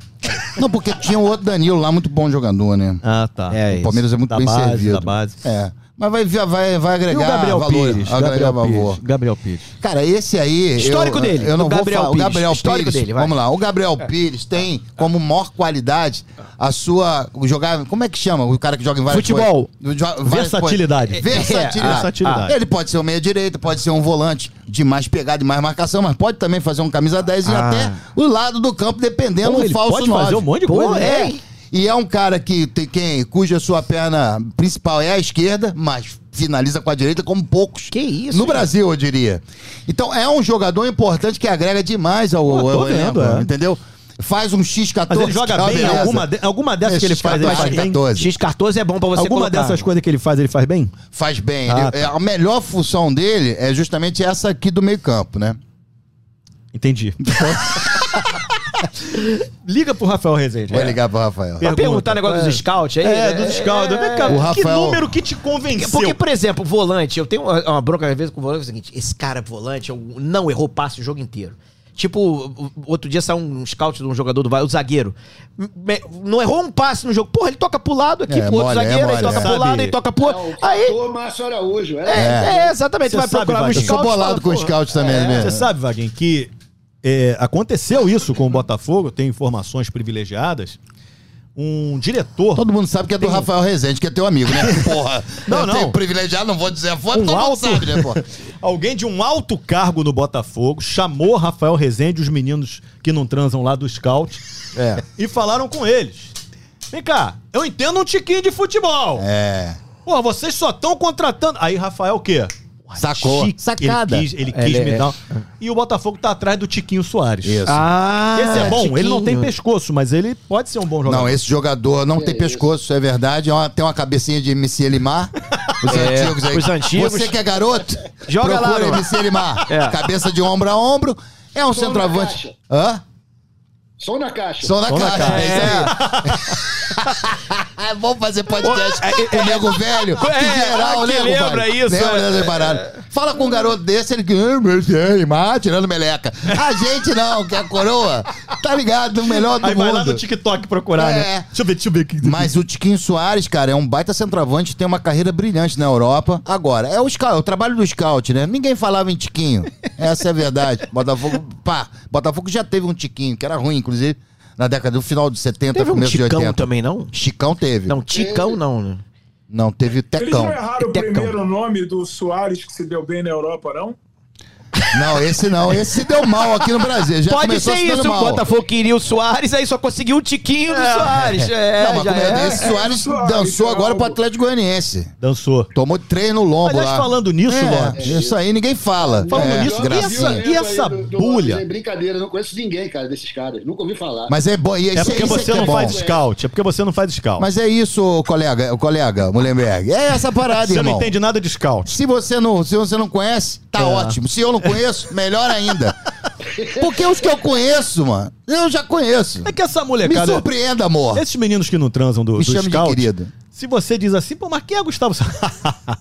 Não, porque tinha um outro Danilo lá, muito bom jogador, né?
Ah, tá.
É,
o Palmeiras é muito
da
bem
base,
servido.
da base.
É. Mas vai, vai- vai, vai
E
agregar
o Gabriel
valor.
Pires?
agregar
Gabriel
valor.
Pires. Gabriel Pires.
Cara, esse aí. eu-
Histórico
eu,
dele,
Eu não
do
vou
Gabriel
falar. O
Pires.
Gabriel
Histórico
Pires.
dele, vai.
vamos lá. O Gabriel
É.
Pires tem como maior qualidade a sua. o Jogar. Como é que chama? O cara que joga em várias
Futebol.
coisas? Jo- várias
Versatilidade.
coisas. Versatilidade.
É, versatilidade.
Ah, Ele pode ser um meia-direita, pode ser um volante de mais pegada e mais marcação, mas pode também fazer um camisa 10 e
Ah.
até o lado do campo, dependendo
Porra,
do
ele
falso
pode fazer
9.
um monte de
Pô,
coisa,
É.
né?
E é um cara que tem quem, cuja sua perna principal é a esquerda, mas finaliza com a direita como poucos.
Que isso,
No
cara.
Brasil, eu diria. Então é um jogador importante que agrega demais ao,
Pô, tô
ao
vendo,
elenco,
é.
entendeu? Faz um X14.
Mas ele joga
que é uma
bem,
beleza.
alguma, de- alguma dessas que ele
Esses
faz, ele faz bem.
14.
X14 é bom pra você
Alguma
colocar.
dessas coisas que ele faz, ele faz bem?
Faz bem.
Ah,
Ele- é, A melhor função dele é justamente essa aqui do meio campo, né?
Entendi. Liga pro Rafael Rezende.
Vou ligar pro Rafael.
É.
Pra perguntar o negócio dos scouts aí.
É,
né?
dos Scalda. Vem cá,
O
que
Rafael-
número que te
Porque-
convenceu?
Porque, por exemplo, volante, eu tenho uma, uma bronca às vezes com o volante, é o seguinte, esse cara volante eu- não errou passe o jogo inteiro. Tipo, o- o- outro dia saiu um scout de um jogador do Vai, o zagueiro. M- me- Não errou um passe no jogo. Porra, ele toca pro lado aqui,
É,
pro outro
mole, é
zagueiro, ele
mole,
toca
é.
pro lado,
Sabe-
ele toca pro outro. Aí,
O Márcio Araújo.
é,
É.
é, exatamente,
Você
tu vai
sabe,
procurar
vai,
no
eu
Eu
scout.
sou bolado
fala,
com o
porra,
scout também, né?
É, Você sabe, Vaguinho, que é, aconteceu isso com o Botafogo, tem informações privilegiadas. Um diretor.
Todo mundo sabe que é do Rafael Rezende, que é teu amigo, né? Porra.
Não,
eu
não.
tenho privilegiado, não vou dizer a fonte,
Um
todo mundo
alto-
sabe, né, porra?
Alguém de um alto cargo no Botafogo chamou Rafael Rezende, os meninos que não transam lá do Scout,
É.
e falaram com eles. Vem cá, eu entendo um tiquinho de futebol.
É.
Pô, vocês só estão contratando. Aí, Rafael, o quê?
Sacou.
Chique.
Sacada.
Ele quis, ele quis
Ele
me
é-
dar. um- E o Botafogo tá atrás do Tiquinho Soares.
Isso.
Ah,
Esse é bom, ele não tem
Chiquinho.
pescoço, mas ele pode ser um bom jogador.
Não, esse jogador não tem pescoço, é verdade. É uma- tem uma cabecinha de MC Elimar. Os
É,
antigos aí.
os antigos.
Você que é garoto,
Joga lá,
procura
meu.
MC Elimar.
É.
Cabeça de ombro a ombro. É um
Som na
centroavante.
caixa.
Hã?
Som na caixa.
Som na
Som na
caixa.
caixa.
É. isso aí. É bom fazer podcast com o nego
É,
velho. é, que
que
geral, né,
lembra
compadre?
isso,
Lembra
é.
dessa parada. Fala com um garoto desse, ele que. "Ah, mas é, Elimar", Tirando meleca. A gente não, que é a coroa. Tá ligado? O melhor do
Aí
mundo.
vai lá no TikTok procurar,
É.
né? Deixa eu ver, deixa eu ver. aqui.
Mas o Tiquinho Soares, cara, é um baita centroavante, tem uma carreira brilhante na Europa. Agora, é o, scout, é o trabalho do scout, né? Ninguém falava em Tiquinho. Essa é a verdade. Botafogo, pá, Botafogo já teve um Tiquinho, que era ruim, inclusive, na década do final de 70,
Teve um
começo de
Ticão
80.
também, não?
Chicão teve.
Não,
Não,
Ticão não, né?
teve
Eles não
Tecão.
erraram o
Tecão.
primeiro nome do Soares que se deu bem na Europa, não?
Não, esse não. Esse deu mal aqui no Brasil. Já
Pode
começou
ser
se dando
isso. O
mal.
Botafogo queria o Soares, aí só conseguiu o Tiquinho do Soares. É,
não, mas
já
como é,
é.
esse Soares
Soares,
dançou
é
agora
algo.
pro Atlético Goianiense.
Dançou.
Tomou três no lombo
Aliás,
lá.
falando nisso,
é,
Lopes.
Isso aí ninguém fala.
Falando
é,
nisso, e
gracinha.
essa- e essa
É
bolha?
brincadeira, eu não conheço ninguém, cara, desses caras. Nunca ouvi falar.
Mas é bom. E esse,
É porque
esse
você
é que é
não
bom.
faz scout. É porque você não faz scout.
Mas é isso, colega, o colega Mullenberg. É essa parada,
Você
irmão.
não entende nada de scout.
Se você não, se você não conhece, tá
É.
ótimo. Se eu não conheço, melhor ainda. Porque os que eu conheço, mano, eu já conheço.
É que essa
Me
molecada.
surpreenda, amor.
Esses meninos que não transam do,
Me
do
chama de
scout.
querido.
Se você diz assim, pô, mas quem é Gustavo? Sa-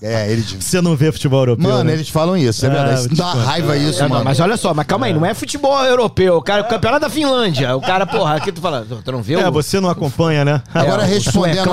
É, eles.
você não vê futebol europeu.
Mano,
né?
eles falam isso, é
É,
verdade.
eu
Isso
te
dá uma
conto. É,
raiva isso,
Ah, não,
mano.
mas olha só, mas calma aí, não é futebol europeu, cara, é o campeonato da Finlândia. O cara, porra, aqui tu fala, tu não viu?
É, você não acompanha, né?
Agora,
É, o
respondendo
suecão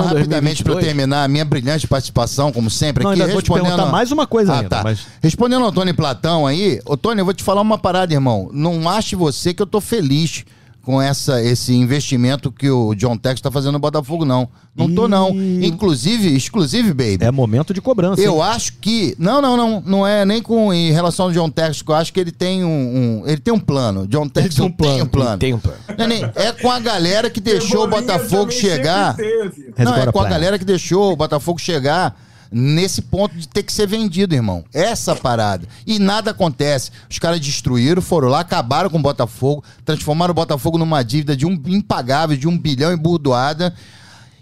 2022.
rapidamente pra eu terminar a minha brilhante participação, como sempre,
Não,
aqui.
ainda vou te
respondendo
perguntar mais uma coisa
ah,
ainda,
Tá.
mas-
Respondendo ao Tony Platão aí, ô Tony, eu vou te falar uma parada, irmão. Não ache você que eu tô feliz com essa, esse investimento que o John Tex tá fazendo no Botafogo, não. Não tô, não.
Ih.
Inclusive, exclusive, baby.
É momento de cobrança. hein?
Eu acho que. Não, não, não. Não é nem com em relação ao John Tex, que eu acho que ele tem um. um- ele tem um plano. John Tex
tem um
não tem um
plano.
plano.
Tem um plano.
Não é nem- é com a galera que deixou o
Cebolinha
Botafogo
também sempre
chegar.
teve.
Has
Não,
got
é
a
com a
plan.
galera que deixou o Botafogo chegar nesse ponto de ter que ser vendido, irmão. Essa parada. E nada acontece. Os caras destruíram, foram lá, acabaram com o Botafogo, transformaram o Botafogo numa dívida de um impagável, de um bilhão e burdoada.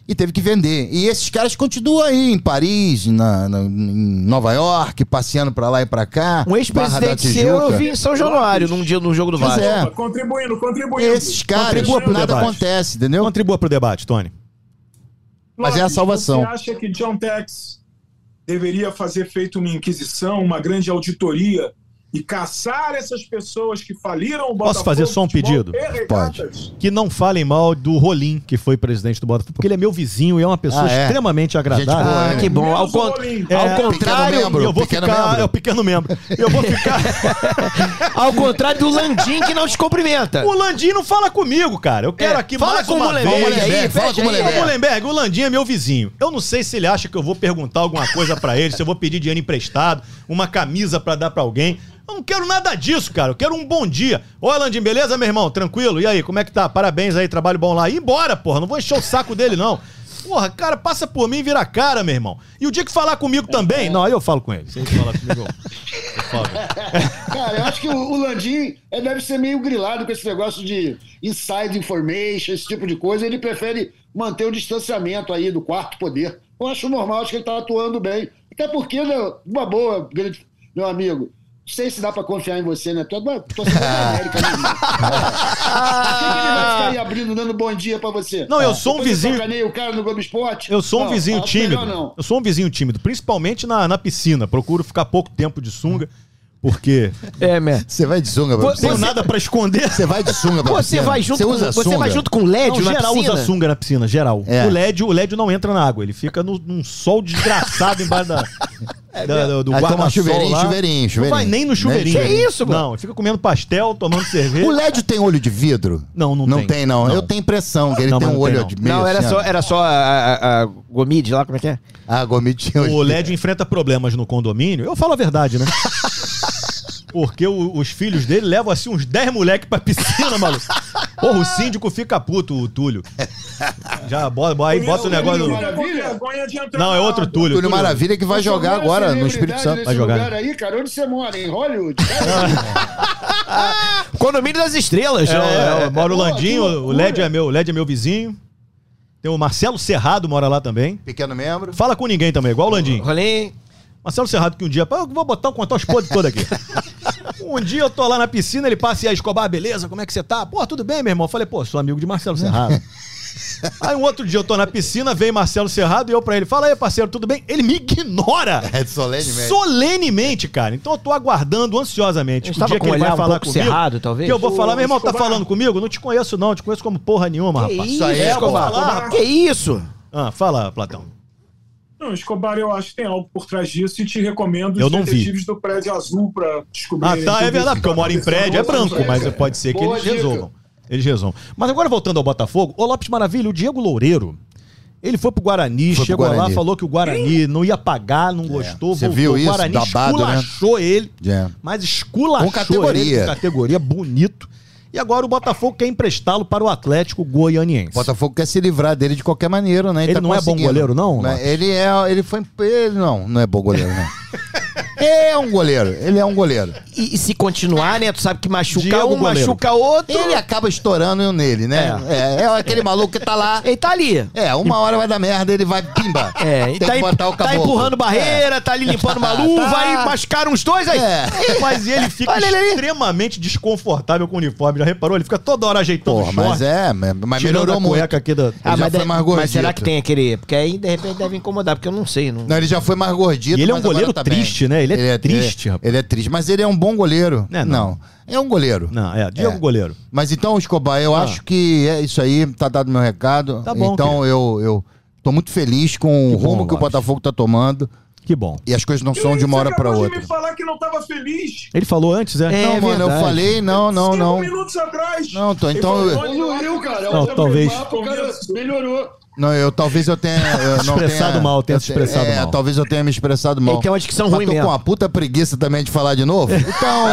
E teve que vender. E esses caras continuam aí em Paris, na, na- em Nova York, passeando pra lá e pra cá.
Um
Barra da
ex-presidente seu
Tijuca.
eu vi em São Januário num dia no jogo do
Pois
Vasco.
é.
Contribuindo, contribuindo.
Esses caras,
Contribua pro
nada
debate.
acontece, entendeu?
Contribua pro debate, Tony.
Mas é a salvação.
Você acha que John Tex deveria fazer feito uma inquisição, uma grande auditoria e caçar essas pessoas que faliram o Botafogo?
Posso fazer só um
Futebol
pedido?
e regatas?
Que não falem mal do Rolim, que foi presidente do Botafogo, porque ele é meu vizinho e é uma pessoa
Ah, é?
extremamente agradável.
boa,
Ah,
né?
que bom. Ao,
Menos
con-
o Olinda.
ao
É,
contrário,
pequeno membro.
eu vou
pequeno
ficar,
membro.
é o pequeno membro. Eu vou ficar.
ao contrário do Landim que não te cumprimenta.
o Landim não fala comigo, cara. Eu quero
É,
aqui
fala
mais
com o
uma
Mullenberg
vez.
aí,
Mullenberg, fala
pede
com o
aí.
Ô,
Mullenberg. É.
Mullenberg, o Landim é meu vizinho. Eu não sei se ele acha que eu vou perguntar alguma coisa pra ele, se eu vou pedir dinheiro emprestado, uma camisa pra dar pra alguém. Eu não quero nada disso, cara. Eu quero um bom dia. Ô, Landim, beleza, meu irmão? Tranquilo? E aí, como é que tá? Parabéns aí, trabalho bom lá. E embora, porra. Não vou encher o saco dele, não. Porra, cara, passa por mim e vira a cara, meu irmão. E o dia que falar comigo também. Não, aí eu falo com ele. Se ele falar comigo, eu- eu falo.
Cara, eu acho que o, o Landim é, deve ser meio grilado com esse negócio de inside information, esse tipo de coisa. Ele prefere manter o distanciamento aí do quarto poder. Eu acho normal, acho que ele tá atuando bem. Até porque, né, uma boa, grande- meu amigo. Não sei se dá pra confiar em você, né? Tô, tô sendo da América, né? irmão? Por que, que ele vai ficar aí abrindo, dando bom dia pra você? Ah,
Não, eu sou um
Depois eu
vizinho-
sacaneio o cara no Globo Esporte.
Eu sou um
Não,
vizinho
acho
tímido.
melhor não.
Eu sou um vizinho tímido, principalmente na, na piscina. Procuro ficar pouco tempo de sunga, porque
É, mesmo.
Você vai de sunga,
não tenho
você,
nada pra esconder.
você vai de sunga, pra
Você
piscina?
vai junto
você
com,
usa
você
sunga?
vai junto com o LED
Não,
na
geral
piscina?
usa sunga na piscina, geral.
É.
O, LED, o LED não entra na água, ele fica no- num sol desgraçado embaixo da, da- do, do
É Aí Ah, toma
guarda-sol
chuveirinho,
lá.
chuveirinho,
Não
chuveirinho.
vai nem no chuveirinho.
Que
né?
isso, mano?
Não, ele fica comendo pastel, tomando cerveja.
O LED tem olho de vidro?
Não, não
Não
tem.
tem, não.
Não.
Eu tenho impressão que ele
Não,
tem
mas
um
não tem,
olho
não.
de meio.
Não, era
assim,
só,
ó.
era só a, a, a Gomide lá, como é que é?
Ah, gomitinho.
O LED enfrenta problemas no condomínio. Eu falo a verdade, né? Porque o- os filhos dele levam assim uns 10 moleques pra piscina, maluco. Porra, o síndico fica puto, o Túlio. Já bota, bota- aí bota o negócio.
Túlio
No...
Maravilha?
Vergonha de entrar
Não, é
na
outro
água.
Túlio.
Túlio Maravilha que vai
Você
é
jogar
alguma
agora no
celebridade
Espírito Santo.
Vai
Nesse
jogar.
lugar aí, cara, onde você mora? Em Hollywood?
Condomínio das Estrelas.
É,
né?
é, mora o
Pô,
Landinho,
que
o
loucura.
LED é meu, o LED é meu vizinho. Tem o Marcelo Serrado mora lá também.
Pequeno membro.
Fala com ninguém também, igual o Landinho.
Rolim.
Marcelo Serrado que um dia, "Pô, eu vou botar, contar os podres todos aqui. Um dia eu tô lá na piscina, ele passa e aí, Escobar, beleza? Como é que você tá? Pô, tudo bem, meu irmão? Eu falei, pô, sou amigo de Marcelo Serrado. Aí um outro dia eu tô na piscina, vem Marcelo Serrado e eu pra ele, fala aí, parceiro, tudo bem? Ele me ignora!
É de solene mesmo.
Solenemente, cara. Então eu tô aguardando ansiosamente
Eu
o
estava
dia
com
que
um
ele vai
olhar um
falar
pouco
comigo.
cerrado, talvez.
Que eu vou falar, meu irmão, tá
Escobar.
falando comigo? Não te conheço, não, te conheço como porra nenhuma,
Que
rapaz.
isso, é
aí,
Escobar.
Escobar? Que isso?
Ah, fala, Platão.
Não, Escobar, eu acho que tem algo por trás disso e te recomendo
Eu
os
não vi.
detetives do prédio azul pra descobrir.
Ah, tá, é verdade, porque eu moro em prédio, é branco, mas pode ser que
Boa
eles
dica.
resolvam. Eles resolvam. Mas agora voltando ao Botafogo, ô Lopes Maravilha, o Diego Loureiro, Ele foi pro Guarani,
Foi pro
chegou lá,
Guarani.
falou que o Guarani não ia pagar, não gostou,
Você
voltou.
viu
o
isso?
Guarani
Babado, né?
esculachou ele,
É.
mas esculachou
Com categoria.
ele, com categoria, bonito. E agora o Botafogo quer emprestá-lo para o Atlético Goianiense.
Botafogo quer se livrar dele de qualquer maneira, né?
Ele não é bom
conseguindo.
goleiro, não,
Mas
Lopes?
Ele é. Ele foi. Ele não, não é bom goleiro, não. é um goleiro. Ele é um goleiro.
E, e se continuar, né? Tu sabe que machuca
Diego
um,
goleiro.
machuca outro.
Então-
Ele é- acaba estourando nele, né? É, é aquele maluco que tá lá.
Ele tá ali.
É, uma hora vai dar merda, ele vai pimba.
É, e
Tem
tá,
que
em-
botar o
tá
caboclo.
empurrando barreira, tá ali limpando uma luva, aí machucaram os dois, aí.
Ah, É.
Mas ele fica
Olha ele ali.
extremamente desconfortando com o uniforme, já reparou? Ele fica toda hora ajeitando
Porra,
o short,
mas é, mas
tirando
melhorou
a cueca
muito.
aqui da...
Ah, já
mas,
foi
de-
mais
mas
gordito.
será que tem aquele? Porque aí, de repente, deve incomodar, porque eu não sei. Não...
Não, ele já foi mais gordito.
E ele é um
mas agora
goleiro
tá bem.
triste, né? Ele é triste,
ele,
rapaz.
Ele é triste, mas ele é um bom goleiro.
É, não.
não. É um goleiro.
Não, é, Diego
É.
Goleiro.
Mas então, Escobar, eu
Ah.
acho que é isso aí, tá dado meu recado.
Tá bom,
Então
querido.
eu, eu tô muito feliz com
Que
o
bom,
rumo que o
Lopes.
Botafogo tá tomando
Que bom.
e as coisas não são de uma hora pra
acabou de
outra.
me falar que não estava feliz.
Ele falou antes, é?
É,
não, mano, eu
verdade.
falei, não, não,
Cinco
não.
minutos atrás.
Não, tô-
Ele
então-
falou, "Olha,
Melhorou, cara. é
Não,
Olha,
talvez-
um
papo, o cara Ah, melhorou.
Não, eu talvez eu tenha. Eu não
Expressado
tenha-
mal, tenha
eu
se expressado mal.
é,
Então é um
talvez eu tenha me expressado mal.
Ele tem uma dicção
Mas
ruim
tô
mesmo.
com uma puta preguiça também de falar de novo. Então,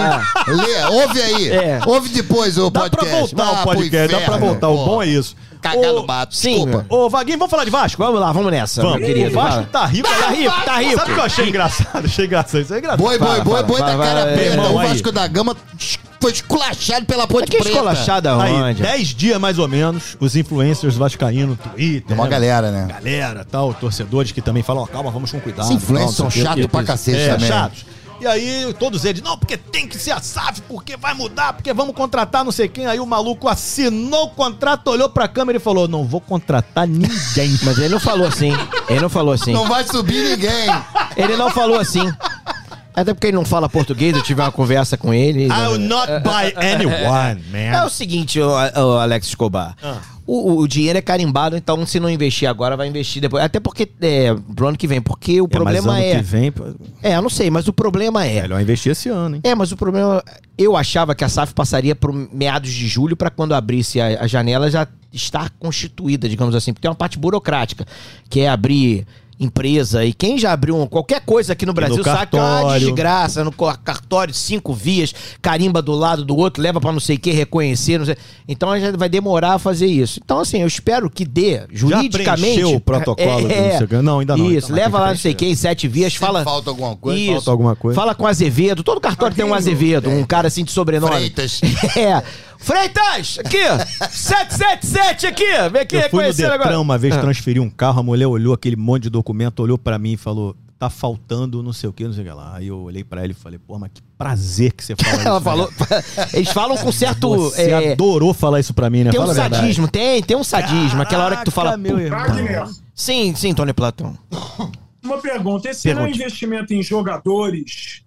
lê, ouve aí.
É.
Ouve depois o
É. Dá pra
podcast.
voltar
Vá
o
pro
podcast, dá pra
inferno,
voltar.
pô.
O bom é isso.
Cagar
Ô-
no mato,
Sim.
desculpa.
Ô, Vaguinho, vamos falar de Vasco?
Vamos lá, vamos nessa,
Vamos.
meu querido.
o Vasco
Fala.
tá rico.
Tá rico, tá rico.
Sabe o que eu achei engraçado? Achei engraçado. Isso é engraçado.
Boi, boi,
Fala,
boi,
fala,
boi da
fala,
cara
vai,
preta.
irmão, é
o
aí.
Vasco da Gama foi esculachado pela
Mas
ponte
Que
preta. Tá
escolachada
Tá Aí,
onde?
10 dias mais ou menos, os influencers vascaínos, Twitter,
Tem uma
né?
galera, né?
galera, tal, torcedores que também falam, ó, calma, vamos com cuidado.
Esses influencers
tal, não
são
sei o quê.
chatos pra cacete
é,
também.
chatos. E aí todos eles, não, porque tem que ser a SAF, porque vai mudar, porque vamos contratar não sei quem. Aí o maluco assinou o contrato, olhou pra câmera e falou, não vou contratar ninguém.
Mas ele não falou assim. Ele não falou assim.
Não vai subir ninguém.
Ele não falou assim. Até porque ele não fala português, eu tive uma conversa com ele.
Ah,
né?
I'll not buy anyone,
É o
man.
seguinte, ô, ô, Alex Escobar.
né? Ah.
O, o dinheiro é carimbado, então se não investir agora, vai investir depois. Até porque é, pro ano que vem, porque o problema é.
vem,
É, eu não sei, mas o problema é.
melhor investir esse ano, hein?
É, mas o problema. Eu achava que a SAF passaria por meados de julho pra quando abrisse a, a janela já estar constituída, digamos assim. Porque tem uma parte burocrática, que é abrir empresa. E quem já abriu um- qualquer coisa aqui no Brasil sabe que é uma
cartório.
desgraça. No co- cartório, cinco vias, carimba do lado do outro, leva pra não sei o que, reconhecer. Não sei. Então a gente vai demorar a fazer isso. Então, assim, eu espero que dê, juridicamente. é,
preencheu o protocolo do não sei o quê? Não, ainda não.
Isso,
Então, mas
leva
tem que
lá não sei quem, sete vias, fala.
Falta alguma coisa?
Isso.
Falta alguma coisa? É.
Fala com Azevedo. Todo cartório tem um Azevedo, um cara assim de sobrenome.
Freitas.
É. Freitas! Aqui! 777 aqui! Vem aqui
eu fui no
reconhecer
Detran
agora. Ah.
uma vez transferir um carro, a mulher olhou aquele monte de documento, olhou pra mim e falou: tá faltando não sei o que, não sei o que lá. Aí eu olhei pra ela e falei: pô, mas que prazer que você fala isso.
Ela
né,
falou. Eles falam com
cara?
certo.
Você
é,
adorou falar isso pra mim, né?
tem um
Fala a verdade.
sadismo, tem, tem um sadismo. Aquela hora que tu fala.
Caraca, meu
"Pô,
irmão.
Wagner,
Sim, sim, Tony Platão.
uma pergunta. Esse
Pergunte.
não é investimento em jogadores,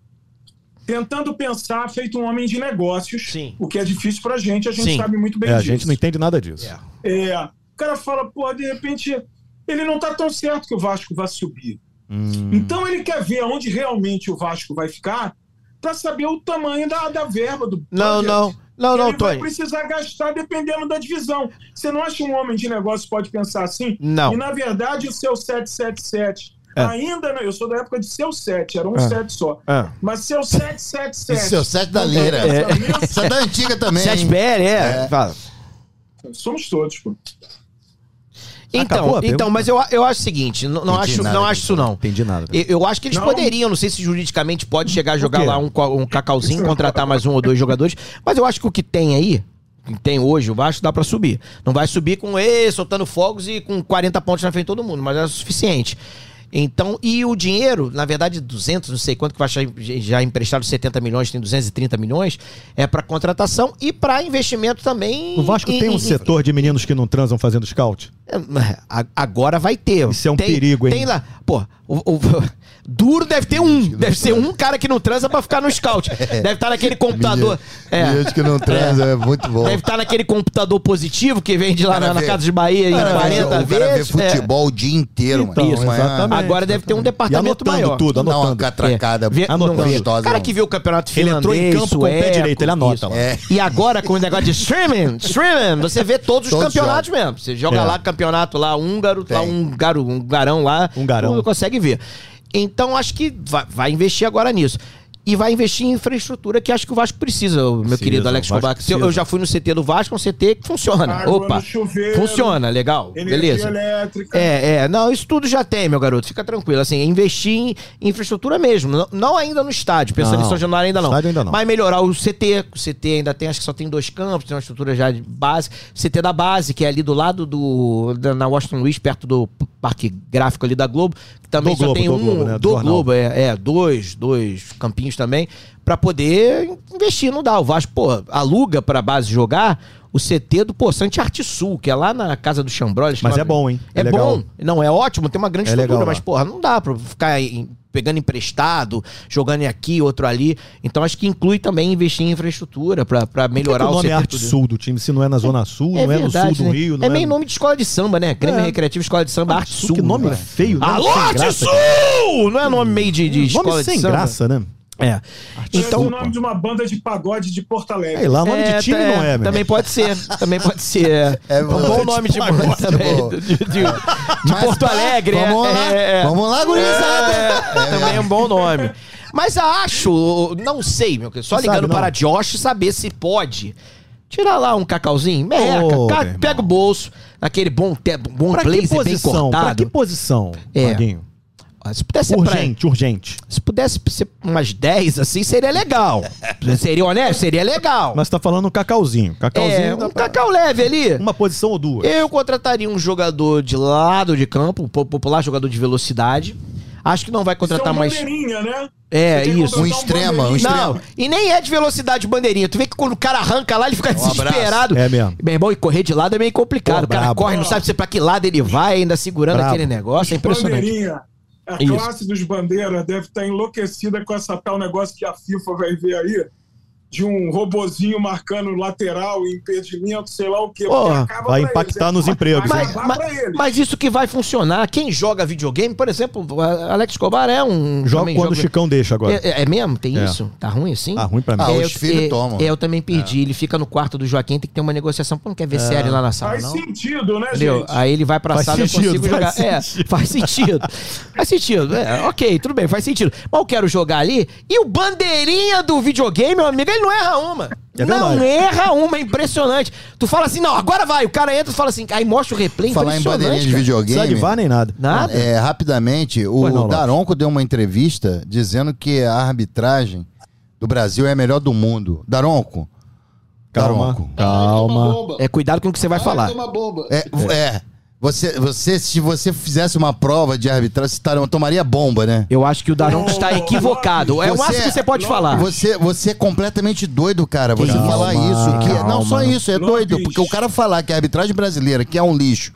tentando pensar feito um homem de negócios,
Sim.
o que é difícil pra gente, a gente
Sim.
sabe muito bem
É, a
disso.
gente não entende nada disso.
É.
É, o cara fala, pô, de repente ele não tá tão certo que o Vasco vai subir.
Hum.
Hum.
Então ele quer ver onde realmente o Vasco vai ficar pra saber o tamanho da, da verba do
Não,
budget.
não. Não,
ele
não,
vai
Tony.
precisar gastar dependendo da divisão. Você não acha que um homem de negócio pode pensar assim?
Não.
E na verdade o seu 777
É.
ainda não, eu sou da época de seu 7, era um
É.
7 só.
Ah.
Mas seu
O
777.
seu sete da lira.
É.
Essa é da antiga também.
Sete
hein?
BL, é. Fala.
Somos todos, pô.
Acabou a
Então,
pergunta?
então mas eu, eu acho o seguinte: não, não
Entendi
acho,
nada
não
disso.
acho isso, não.
Entendi nada.
Eu, eu acho que eles
Não.
poderiam, não sei se juridicamente pode chegar a jogar
quê?
lá um, co- um cacauzinho, contratar mais um ou dois jogadores, mas eu acho que o que tem aí, que tem hoje o Vasco, dá pra subir. Não vai subir com e soltando fogos e com 40 pontos na frente de todo mundo, mas é o suficiente. Então, e o dinheiro, na verdade, 200, não sei quanto que o Vasco já- já emprestado 70 milhões, tem 230 milhões, é pra contratação e pra investimento também.
O Vasco
em-
tem
em-
um
em-
setor de meninos que não transam fazendo scout?
é, a- Agora vai ter.
Isso é um
Tem-
perigo, hein?
Tem lá. Pô, o- o- duro deve ter um. Deve ser um cara que não transa pra ficar no scout.
É.
Deve estar naquele
tá
computador. É.
Gente que não transa, é muito bom.
Deve estar naquele computador positivo que vende lá
Cara
na, na
vê-
Casa de Bahia em
O cara vê-
40
o cara vê
vezes. é.
futebol né? o dia inteiro, mano.
Então,
Isso, é mas-
exatamente.
Agora deve ter um
Exatamente.
departamento
e anotando
maior.
tudo,
Dá uma
anotando.
catracada
É. Vê- não,
Anotando.
vê-
gostosa,
O cara
mano.
que vê o campeonato
Ele
finlandês,
entrou em campo com o pé
sueco,
direito, ele anota
isso.
lá.
É.
E agora, com o negócio de streaming, streaming, você vê todos os
Todos
campeonatos mesmo. Você joga
É.
lá campeonato lá húngaro,
Tem.
lá um, garo, um garão lá.
Hungarão.
Não consegue ver. Então acho que vai, vai investir agora nisso. E vai investir em infraestrutura que acho que o Vasco precisa, ô, meu
Precisa,
querido Alex
o Vasco
Kovac. Eu, eu
precisa.
já fui no CT do Vasco, um CT que funciona.
Água no
Opa,
chuveiro,
funciona, legal,
Energia
beleza.
elétrica.
É, é. Não, isso tudo já tem, meu garoto. Fica tranquilo. Assim, é investir em infraestrutura mesmo. Não, não ainda no estádio. Pensando
Não.
em São Januário ainda não.
Estádio ainda não.
Mas melhorar o CT. O CT ainda tem, acho que só tem dois campos, tem uma estrutura já de base. CT da base, que é ali do lado do. da- na Washington Luiz, perto do p- parque gráfico ali da Globo. Que também
Do
só
Globo,
tem
do
um.
Globo, né? Do
Do
jornal.
Globo, é, é, dois, dois campinhos também, pra poder investir, não dá. O Vasco, pô, aluga pra base jogar o CT do Poçante Arte Sul, que é lá na casa do Chambrolha.
Mas é bom, hein?
É,
É legal.
bom. Não, é ótimo, tem uma grande
É
estrutura,
legal
mas,
lá.
porra, não dá pra ficar em- pegando emprestado, jogando aqui, outro ali. Então acho que inclui também investir em infraestrutura pra, pra melhorar
Por que que o nome é
CT
Arte
tudo.
Sul do time, se não é na Zona Sul, não é no sul
né?
do Rio, não
é
é,
meio
no...
nome de escola de samba, né? Grêmio
É.
Recreativo Escola de Samba Arte Sul.
Que nome
né?
feio, né?
Alô,
Sem
Arte
graça.
Sul! Não é nome meio de, de escola
Nome
de
sem
samba.
graça, né?
É.
Então, o
Então,
nome de uma banda de pagode de Porto Alegre.
Sei lá, nome
é,
de time
tá-
não é, meu.
Também pode ser. Também pode ser. É,
É
um
bom,
bom
de
nome de
pagode,
banda também. De,
boa.
de- de
Mas
Porto
tá,
Alegre. é,
Vamos lá,
é, é.
vamos lá, gurizada.
É, também é um bom nome. Mas acho, não sei, meu querido, só
Sabe,
ligando
não?
para Josh saber se pode. Tirar lá um cacauzinho, merreca,
Ô,
ca-
meu irmão.
pega o bolso, naquele bom, te, bom
Pra que
um blazer bem
posição? Pra que
cortado.
posição,
É.
Maguinho?
Se pudesse ser pra-
Urgente, urgente.
se pudesse ser umas 10 assim, seria legal. seria honesto, seria legal.
Mas tá falando um cacauzinho. Cacauzinho
é,
dá
um É.
pra-
cacau leve ali.
uma posição ou duas.
Eu contrataria um jogador de lado de campo, um po- popular jogador de velocidade. Acho que não vai
Isso é um
contratar mais.
bandeirinha, né?
É,
Você tem que
isso.
contratar
Um extrema, um
bandeirinha.
Não, e nem é de velocidade bandeirinha. Tu vê que quando o cara arranca lá, ele fica desesperado.
É mesmo.
Meu irmão, e correr de lado é meio complicado.
Pô,
o cara
brabo.
corre, não sabe se pra que lado ele vai, ainda segurando
Brabo.
aquele negócio. É impressionante.
Bandeirinha. A
Isso.
classe dos bandeiras deve estar enlouquecida com essa tal negócio que a FIFA vai ver aí, de um robozinho marcando lateral, impedimento, sei lá o quê. porque
Porra,
acaba
vai
pra
impactar
eles,
nos
é,
empregos,
Vai
né?
Mas,
acabar
mas-
pra eles.
mas isso que vai funcionar. Quem joga videogame, por exemplo, a- Alex Escobar é um.
Joga
também
quando o Chicão deixa agora.
É, é- é mesmo? Tem
É.
isso? Tá ruim assim?
Ah, ruim pra mim.
Ah,
É,
os
eu-
filhos
é,
tomam.
É, eu também perdi. Ele fica no quarto do Joaquim, tem que ter uma negociação, porque não
É.
quer ver série lá na
Ah,
sala,
Faz
não.
sentido, né,
Entendeu?
gente?
Aí ele vai pra
Faz
sala e eu
sentido,
consigo jogar.
faz
É, faz sentido. faz sentido. É, ok, tudo bem, faz sentido. Mas eu quero jogar ali. E o bandeirinha do videogame, meu amigo, ele não erra uma.
É
não
verdade.
erra uma, é impressionante. Tu fala assim, não, agora vai. O cara entra e fala assim, aí mostra o replay.
Falar em bandeirinha
impressionante,
de
cara.
Não precisa de
videogame.
VAR nem nada.
Nada.
É, rapidamente, o
Pois não, Lopes.
Daronco deu uma entrevista dizendo que a arbitragem do Brasil é a melhor do mundo. Daronco.
Calma,
Daronco.
Ah,
calma.
É, cuidado com o que você vai falar.
Toma bomba.
É, v- é. Você, você, se você fizesse uma prova de arbitragem, você tar- tomaria bomba, né?
Eu acho que o Daronco está equivocado. É o
Você-
máximo que você pode falar.
Você, você é completamente doido, cara. Você
Calma,
falar isso. Que, é- não, só
calma.
isso, é doido. Porque o cara falar que a arbitragem brasileira, que é um lixo,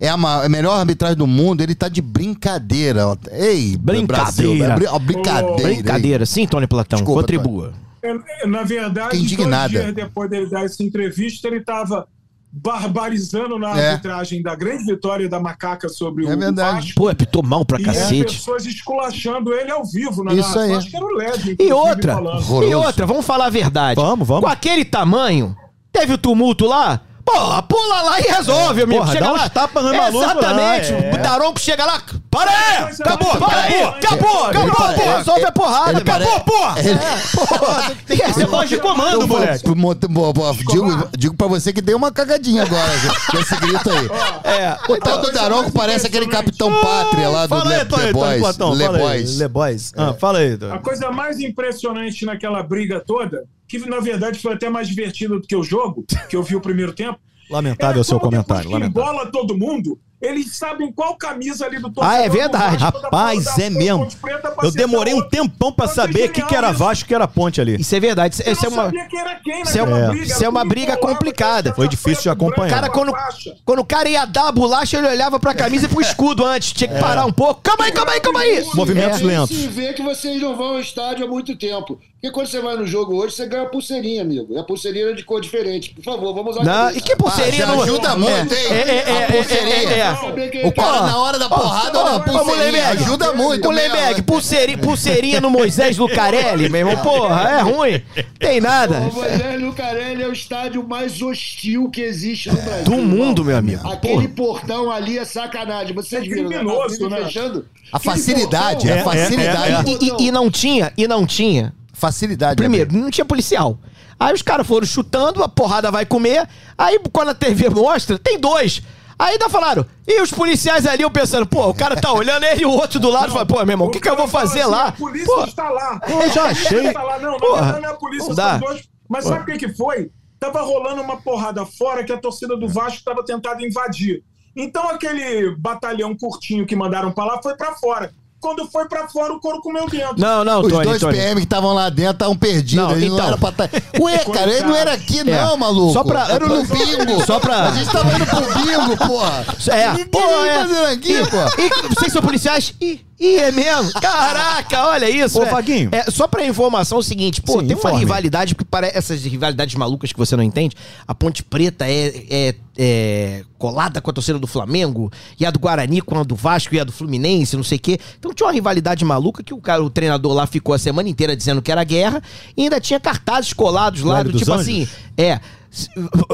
é a, ma- a melhor arbitragem do mundo, ele tá de brincadeira. ó. Ei,
Brincadeira.
Brasil. é bri- ó, brincadeira. hein?
Brincadeira. Sim, Tony Platão,
Desculpa,
contribua.
É, é, Na verdade,
Fiquei
dois
indignada.
é.
dias depois dele dar essa entrevista, ele estava barbarizando na
É.
arbitragem da grande vitória da Macaca sobre
É
o
verdade.
Vasco.
Pô, apitou mal pra
E é as
cacete.
pessoas esculachando ele ao vivo na
Isso
narração.
aí.
Acho que era o Led,
E
inclusive,
outra,
falando.
Horroroso.
e outra, vamos falar a verdade.
Vamos, vamos.
Com aquele tamanho, teve o tumulto lá? Porra, pula lá e resolve, amigo.
Porra,
chega
dá
lá.
uns tapas no maluco lá,
Exatamente.
é.
O Daronco chega lá. Para aí!
Mas
Acabou,
ele
para aí!
parece-
Acabou,
ele
acabou,
parece-
porra! Resolve a porrada,
ele
acabou,
parece-
porra! É, porra! Esse é voz de comando,
Pô,
moleque.
pô, mo- pô, pô, digo, digo pra você que deu uma cagadinha agora gente, com esse grito aí.
É.
O tal do Daronco parece aquele Capitão Pátria lá é. do É.
Fala aí,
Le,
Tony,
Le
Tony
Boys.
Platão.
Le
Fala aí,
Boys.
Le Boys. Ah, Fala aí,
A
Tony.
coisa mais impressionante naquela briga toda, que na verdade foi até mais divertida do que o jogo, que eu vi o primeiro tempo.
Lamentável
Tá,
era
o seu
como depois
comentário,
que
lamentável.
Embola todo mundo. Eles sabem qual camisa ali do
Ah, é
do
verdade.
Vasco, da
Rapaz,
Ponte
é mesmo.
Preta pra
Eu
acertar
demorei um
outra.
tempão pra
Foi
saber o que,
genial
que era
isso.
Vasco e que era ponte ali.
Isso é verdade. Isso,
Eu
isso é
não
uma.
sabia quem né? era quem
isso é
naquela
uma-
briga.
isso é uma
Tudo
briga
embolado,
complicada.
Foi difícil de
branco,
acompanhar.
Cara,
com
quando,
faixa.
quando o cara ia dar a bolacha, ele olhava pra camisa e pro escudo antes. Tinha
É.
que parar um pouco. Calma aí, calma aí, calma aí.
Movimentos
É.
lentos.
Se vê que vocês não vão ao estádio há muito tempo. Porque quando você vai no jogo hoje, você ganha pulseirinha, amigo. E a pulseirinha é de cor diferente. Por favor, vamos lá.
Não, e que pulseirinha
Ah, já ajuda muito, hein?
É, é, é,
A
é,
pulseirinha.
é, é, É.
saber quem
O cara,
Ó,
na hora da
ó,
porrada, olha
ó,
a pulseirinha.
Mulherberg.
Ajuda muito.
O Lemberg, pulseirinha, pulseirinha no Moisés Lucarelli, meu irmão. Porra, é ruim. Tem nada.
O Moisés Lucarelli é o estádio mais hostil que existe no Brasil.
Do mundo,
irmão.
meu amigo.
Aquele portão ali é sacanagem. Vocês
É
viram, né?
criminoso,
Avenida
né?
Fechando.
A
Aquele
facilidade,
portão-
É,
a facilidade.
é,
E, e- e não tinha, e não tinha.
Facilidade.
Primeiro, não tinha policial. Aí os caras foram chutando, a porrada vai comer. Aí quando a TV mostra, tem dois. Aí ainda falaram, e os policiais ali, eu pensando, pô, o cara tá olhando ele e o outro do lado, fala, pô, meu irmão, o que, que eu vou
cara fala
fazer
assim,
lá?
A polícia
Pô,
está lá.
Eu já
A polícia
achei.
Está lá. Não, na
Porra,
verdade não é a polícia,
não
são
dá.
dois. Mas sabe o que, que foi? Tava rolando uma porrada fora que a torcida do Vasco estava tentando invadir. Então aquele batalhão curtinho que mandaram pra lá foi pra fora. Quando foi pra fora, o couro comeu dentro.
não, não,
Os
Tony,
dois
Tony.
PM que estavam lá dentro estavam perdidos.
Não,
Não, eles não
então. É.
era pra tá... Ué, cara, ele não era aqui, não, maluco.
Só pra-
Era no bingo.
Só pra-
A gente tava indo pro bingo, porra.
É,
Ninguém
pô,
tá
é.
fazendo aqui,
e,
pô.
e vocês são policiais? Ih, ih, é mesmo? Caraca, olha isso.
Ô,
é.
Vaguinho.
É, só pra informação, é o seguinte, pô,
Sim,
tem uma
informe.
rivalidade que parece essas rivalidades malucas que você não entende. A Ponte Preta é, é- é colada com a torcida do Flamengo, e a do Guarani com a do Vasco e a do Fluminense, não sei o quê. Então tinha uma rivalidade maluca que o cara, o treinador lá ficou a semana inteira dizendo que era guerra, e ainda tinha cartazes colados lá,
Vale
do
dos
tipo
Anjos?
assim, é. se-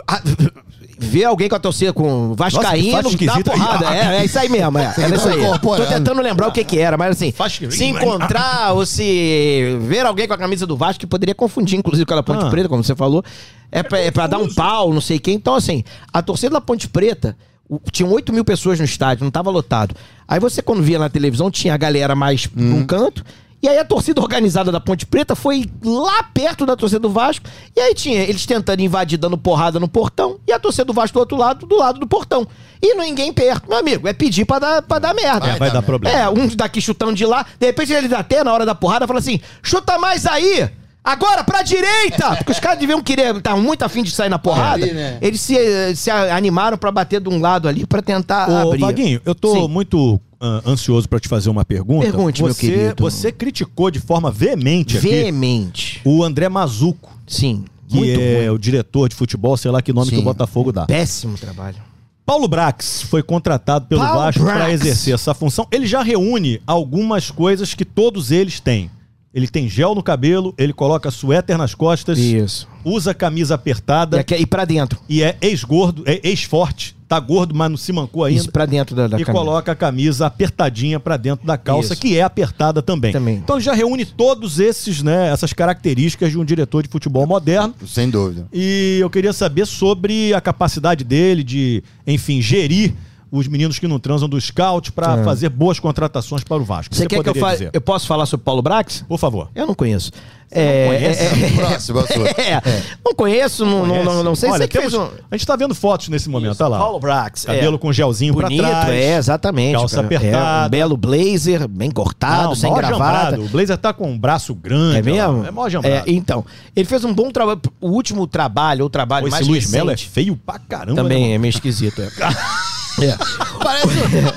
a- Ver alguém com a torcida com Vascaíno,
Nossa, que
dá
fase esquisita.
porrada. É, é isso aí mesmo. É, era isso aí. Tô
Incorporando.
tentando lembrar o que que era, mas assim,
Faz que-
se encontrar ou se ver alguém com a camisa do Vasco, que poderia confundir, inclusive, com a da Ponte
Ah.
Preta, como você falou, é pra, é pra dar um pau, não sei quem. Então, assim, a torcida da Ponte Preta, o- tinham 8 mil pessoas no estádio, não tava lotado. Aí você, quando via na televisão, tinha a galera mais
Uhum.
num canto. E aí a torcida organizada da Ponte Preta foi lá perto da torcida do Vasco. E aí tinha eles tentando invadir, dando porrada no portão. E a torcida do Vasco do outro lado, do lado do portão. E ninguém perto, meu amigo. É pedir pra dar, pra dar merda.
É, vai dar problema.
É, uns daqui chutando de lá. De repente eles até, na hora da porrada, falam assim: chuta mais aí! Agora pra direita! Porque os caras deviam querer, estavam muito afim de sair na porrada.
Ali, né?
Eles se, eh, se a- animaram pra bater de um lado ali pra tentar
Ô,
abrir.
Vaguinho, eu tô
Ah, Sim.
muito ah, ansioso pra te fazer uma pergunta.
Pergunte, meu
você,
querido.
Você criticou de forma veemente aqui
Veemente.
o André Mazuco,
Sim.
que
muito
é
ruim.
o diretor de futebol, sei lá que nome
Sim.
que o Botafogo dá.
Péssimo trabalho.
Paulo Brax foi contratado pelo
Paulo
Vasco para
Brax.
exercer essa função. Ele já reúne algumas coisas que todos eles têm. Ele tem gel no cabelo, ele coloca suéter nas costas,
Isso.
usa camisa
E,
apertada
aqui, e pra dentro.
e é ex-gordo, é ex-forte, tá gordo, mas não se mancou ainda.
Isso, pra dentro da, da
e
camisa.
coloca a camisa apertadinha pra dentro da calça,
Isso.
que é apertada também.
Também.
Então ele já reúne todos esses, né, essas características de um diretor de futebol moderno.
Sem dúvida.
E eu queria saber sobre a capacidade dele de, enfim, gerir os meninos que não transam do scout pra fazer boas contratações para o Vasco.
É. Você, quer que eu
poderia
fale?
dizer?
Eu posso falar sobre Paulo Brax?
Por favor.
Eu não conheço. É,
conhece?
é- é-
Próximo assunto.
É, não conheço, não, não, não, não sei.
Olha,
Sei que fez
temos-
um...
A gente tá vendo fotos nesse momento,
Isso,
olha lá.
Paulo Brax,
Cabelo
é.
com gelzinho
Bonito,
pra trás.
é, exatamente.
Calça
cara.
apertada.
É, um belo blazer, bem cortado,
Não,
sem
mó
gravata.
jambrado. O Blazer tá com um braço grande.
É
olha lá.
mesmo?
É mó jambrado.
É, então, ele fez um bom trabalho. O último trabalho, ou trabalho
Pô, esse
mais
Luiz
recente,
Melo é feio pra caramba. né,
também é meio esquisito. É. é.
Parece,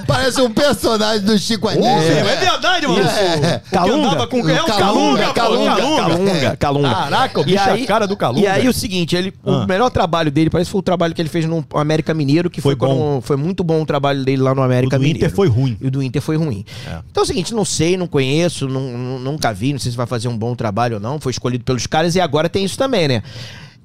parece um personagem do Chico Anísio.
mano?
né?
é verdade, mano.
É.
O que andava com... É o Calunga,
Calunga,
Calunga.
Calunga, Calunga, Calunga.
Caraca, o bicho
E
é
aí-
a cara do Calunga.
E aí o seguinte, ele,
Ah.
o melhor trabalho dele, parece que foi o trabalho que ele fez no América Mineiro, que
Foi
foi,
bom.
quando- foi muito bom o trabalho dele lá no América
O do
Mineiro.
Inter foi ruim.
E o do Inter foi ruim.
É.
Então é o seguinte, não sei, não conheço, não- não- nunca vi, não sei se vai fazer um bom trabalho ou não, foi escolhido pelos caras e agora tem isso também, né?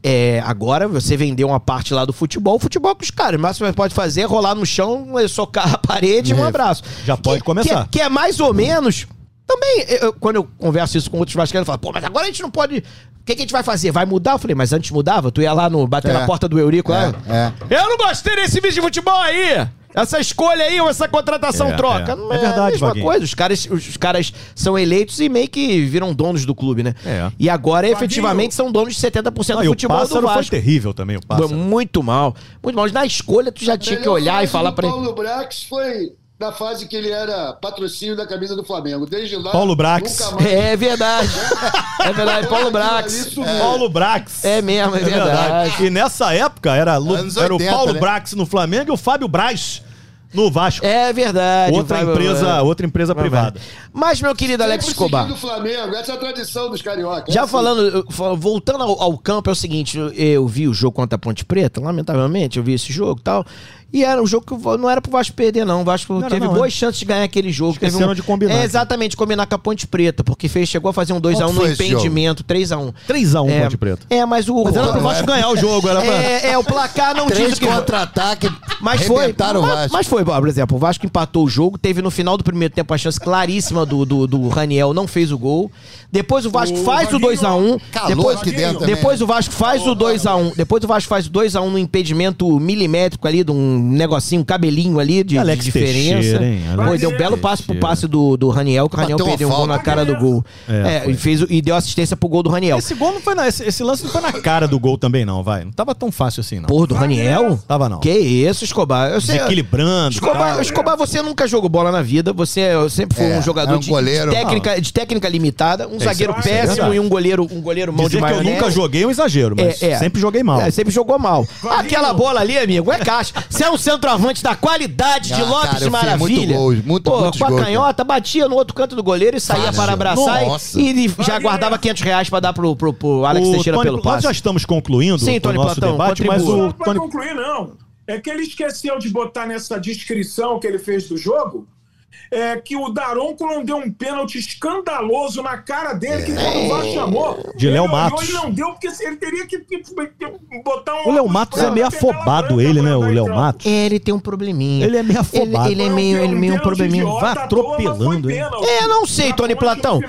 É, agora você vendeu uma parte lá do futebol, o futebol é com os caras. O máximo que pode fazer é rolar no chão, é, socar a parede e um abraço.
É, Já pode
Que-
começar.
Que, que é mais ou menos. Também, eu- eu- quando eu converso isso com outros vascaínos, eu falo, pô, mas agora a gente não pode. O que, que a gente vai fazer? Vai mudar? Eu falei, mas antes mudava? Tu ia lá no, bater
É.
na porta do Eurico lá.
É,
Eu não gostei desse vídeo de futebol aí! Essa escolha aí, ou essa contratação
É,
troca.
é.
Não
É verdade,
a mesma
Vaguinho.
coisa. Os caras, os, os caras são eleitos e meio que viram donos do clube, né?
É.
E agora,
Vaguinho.
efetivamente, são donos de 70%
Não,
do
e o
futebol do
pássaro foi
Vasco.
terrível também, o
Foi
pássaro.
muito mal. Muito mal. Na escolha, tu já tinha que
Melhor
olhar e
fase
falar
do
pra ele.
Paulo Brax foi na fase que ele era patrocínio da camisa do Flamengo. Desde lá.
Paulo Brax.
nunca mais-
É verdade. É verdade, Paulo Brax.
Isso,
Paulo Brax.
É mesmo, é verdade.
E nessa época era, Lu-
Anos
era o
80,
Paulo
né?
Brax no Flamengo e o Fábio Braz no Vasco.
É verdade.
outra,
vai-
empresa,
vai-
outra empresa
vai-
privada.
Mas, meu querido Alex
Sempre
Escobar.
seguindo o Flamengo. Essa é a tradição dos cariocas.
Já
Essa-
falando, fal- voltando ao, ao campo, é o seguinte: eu, eu vi o jogo contra a Ponte Preta, lamentavelmente, eu vi esse jogo e tal. E era um jogo que o- não era pro Vasco perder, não. O Vasco
era
teve
não, é.
boas chances de ganhar aquele jogo. Teve
Esqueceram
um-
de combinar, né?
É,
cara.
exatamente, combinar com a Ponte Preta, porque fez, chegou a fazer um 2x1
Quanto
no
foi esse
impedimento, 3x1.
3x1
É,
Ponte Preta.
É, mas o.
Mas era pro Vasco ganhar o jogo, era pra...
É, é, o placar não diz
Três
o que.
contra-ataque.
Mas foi.
arrebentaram o
mas,
Vasco.
mas foi, por exemplo, o Vasco empatou o jogo, teve no final do primeiro tempo a chance claríssima do, do, do Raniel, não fez o gol. Depois o Vasco
O
faz o
Vaguinho
2x1.
Calou
Depois,
aqui dentro também.
depois o Vasco faz o 2x1. Depois o Vasco faz o 2x1 no impedimento milimétrico ali, de um negocinho, um cabelinho ali de,
Alex
de diferença.
Teixeira, hein? Alex
Pô, deu um belo
Teixeira.
passo pro passe do, do Raniel, que o Raniel
Bateu uma
perdeu um gol
falta.
na cara do gol.
É,
É, e, fez, o- e deu assistência pro gol do Raniel.
Esse gol não foi na, esse, esse lance não foi na cara do gol também, não, vai. Não tava tão fácil assim, não.
Porra, do Raniel?
Tava não.
Que isso, Escobar. Eu sei,
Desequilibrando.
Escobar,
tal.
Escobar, você nunca jogou bola na vida. Você sempre foi
É,
um jogador
era um
de,
goleiro.
de técnica, de técnica limitada, um zagueiro
isso é
péssimo
verdade.
e um goleiro, um goleiro mal
Dizer
de
que eu
maionese.
nunca joguei é um exagero, mas
É, é.
sempre joguei mal.
É, sempre jogou mal.
Vaguinho.
Aquela bola ali, amigo, é caixa. Você é um centroavante da qualidade de
Ah,
Lopes
cara,
de
eu fiz
Maravilha.
muito gols, muito-
Pô,
muitos
com a
gols,
canhota, batia no outro canto do goleiro e saía
Fácil.
para abraçar
Nossa.
e, e já
Vaguinho.
guardava 500 reais pra dar pro, pro, pro Alex
O
Teixeira
Tony- é
pelo
Nós
passe.
já estamos concluindo
Sim,
o
Tony
nosso
Platão,
debate, mas
contribua.
o
Não vai
Tony...
concluir, não. É que ele esqueceu de botar nessa descrição que ele fez do jogo é, que o Daronco não deu um pênalti escandaloso na cara dele, que quando o VAR
É.
chamou.
De
ele
Léo
olhou
Matos.
e não deu, porque ele teria que, que- que botar um.
O Léo Matos é meio afobado, ele, né, o
então.
Léo Matos.
É, ele tem um probleminha.
Ele é meio afobado.
Ele, ele é meio, ele é meio um probleminha.
idiota. Vai atropelando, né? hein?
É, não sei, Tony Platão.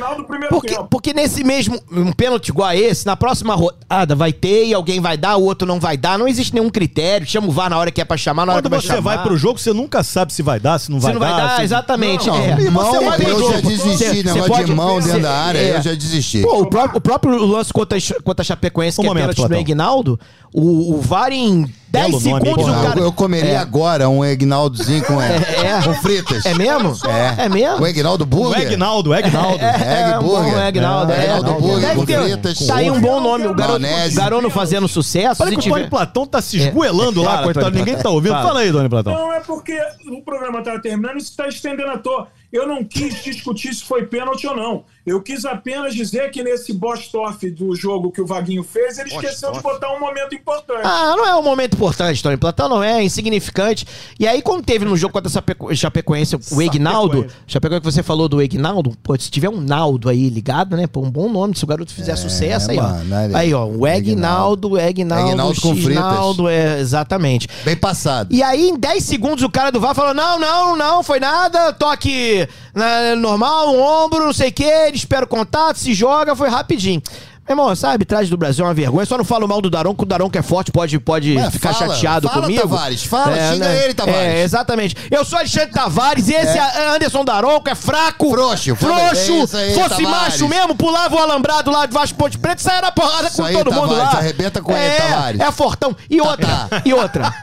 Porque, porque nesse mesmo um pênalti igual a esse, na próxima rodada vai ter e alguém vai dar, o outro não vai dar. Não existe nenhum critério. Chama o VAR na hora que é pra chamar, na hora
Quando
que vai
você
chamar.
vai pro jogo, você nunca sabe se vai dar, se não
Se
vai
não vai
dar.
dar,
se-
exatamente.
Não,
é.
Não,
Você
eu,
vai pro
eu já
jogo. Você-
desisti, negócio
você
né? de
pode-
mão dentro
você-
da área,
é.
eu já desisti.
Pô, o, pró- o próprio lance contra, a Ch- contra a Chapecoense,
Um
que
momento,
é pênalti do
Platão.
Ignaldo, o, o VAR em 10
Belo nome,
segundos
Porra,
Ignaldo.
o cara...
eu, eu comeria agora um Egnaldozinho com,
É.
com fritas.
É mesmo?
É.
É mesmo?
O Egnaldo
O
Burger? É,
Egnaldo, o Egnaldo.
Egg
um
Burger.
bom Egnaldo,
É,
é.
Egnaldo Burger,
Deve
com
ter-
fritas.
Tá aí um bom nome, o garoto,
Maionese.
garoto fazendo sucesso.
Olha
se
que o
tiver-
Tony Platão tá se
É.
esgoelando
Fala,
lá,
Tony
coitado,
Platão.
ninguém tá ouvindo.
Fala.
Fala aí, Tony Platão.
Não, é porque o programa estava terminando e você está estendendo à toa. Eu não quis discutir se foi pênalti ou não. Eu quis apenas dizer que nesse boss-off do jogo que o Vaguinho fez, ele esqueceu de botar um momento importante.
Ah, não é um momento importante, Tony Platão, não é, é insignificante. E aí, quando teve no jogo contra a Chapeco- Chapecoense, o Egnaldo, Chapecoense que você falou do Egnaldo, pô, se tiver um Naldo aí ligado, né, pô, um bom nome, se o garoto fizer sucesso, aí,
É, mano, olha
ó. Aí, ó, o Egnaldo, Egnaldo,
Egnaldo com fritas.
Xnaldo, é, exatamente.
Bem passado.
E aí, em 10 segundos, o cara do VAR falou: não, não, não, foi nada, toque né, normal, um ombro, não sei o quê, ele espera o contato, se joga, foi rapidinho. Meu irmão, essa arbitragem do Brasil é uma vergonha. Só não falo mal do Daronco, que o Daronco é forte, pode, pode
Ué,
ficar
fala,
chateado
fala,
comigo.
Tavares, fala, xinga ele, Tavares.
É, exatamente. Eu sou Alexandre Tavares, esse é Anderson Daronco é fraco.
Frouxo, fala- é
frouxo.
isso aí,
fosse
Tavares.
macho mesmo, pulava o alambrado lá de Vasco Ponte Preta e saia na porrada
Isso
com
aí,
todo mundo
Tavares,
lá.
arrebenta com ele,
é,
Tavares.
É fortão. E outra,
tá.
e outra,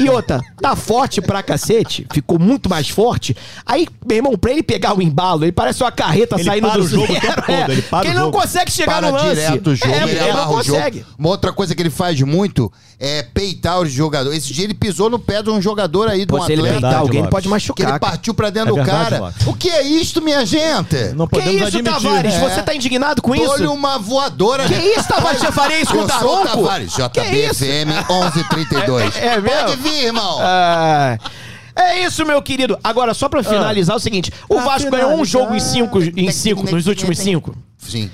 e outra, tá forte pra cacete, ficou muito mais forte. Aí, meu irmão, pra ele pegar o embalo, ele parece uma carreta
Ele
saindo
para
do
o jogo o
zero,
tempo todo,
é.
ele para
Porque
o
ele não
jogo.
consegue chegar
Para
no lance.
direto o jogo,
é,
ele
ele não
amarra o
consegue.
jogo. Uma outra coisa que ele faz muito é peitar os jogadores. Esse dia ele pisou no pé de um jogador aí, de um
Pô, é se ele
atleta.
peitar alguém, ele
Lopes.
pode
Que
machucar.
ele partiu pra dentro
É
do
verdade,
cara.
Lopes.
O que é isto, minha gente?
Não
que
podemos
isso,
admitir.
Tavares?
É.
Você tá indignado com isso?
Dou-lhe uma voadora.
Que isso, Tavares? Você faria isso com o
Eu sou o
Daronco?
Tavares,
Que isso?
JBFM 1132.
É- é mesmo?
Pode vir, irmão.
Ah, É isso, meu querido. Agora, só pra finalizar, é o seguinte: o
Ah. Pra
Vasco ganhou um
finalizar.
jogo em cinco, em cinco nos últimos cinco.
Sim.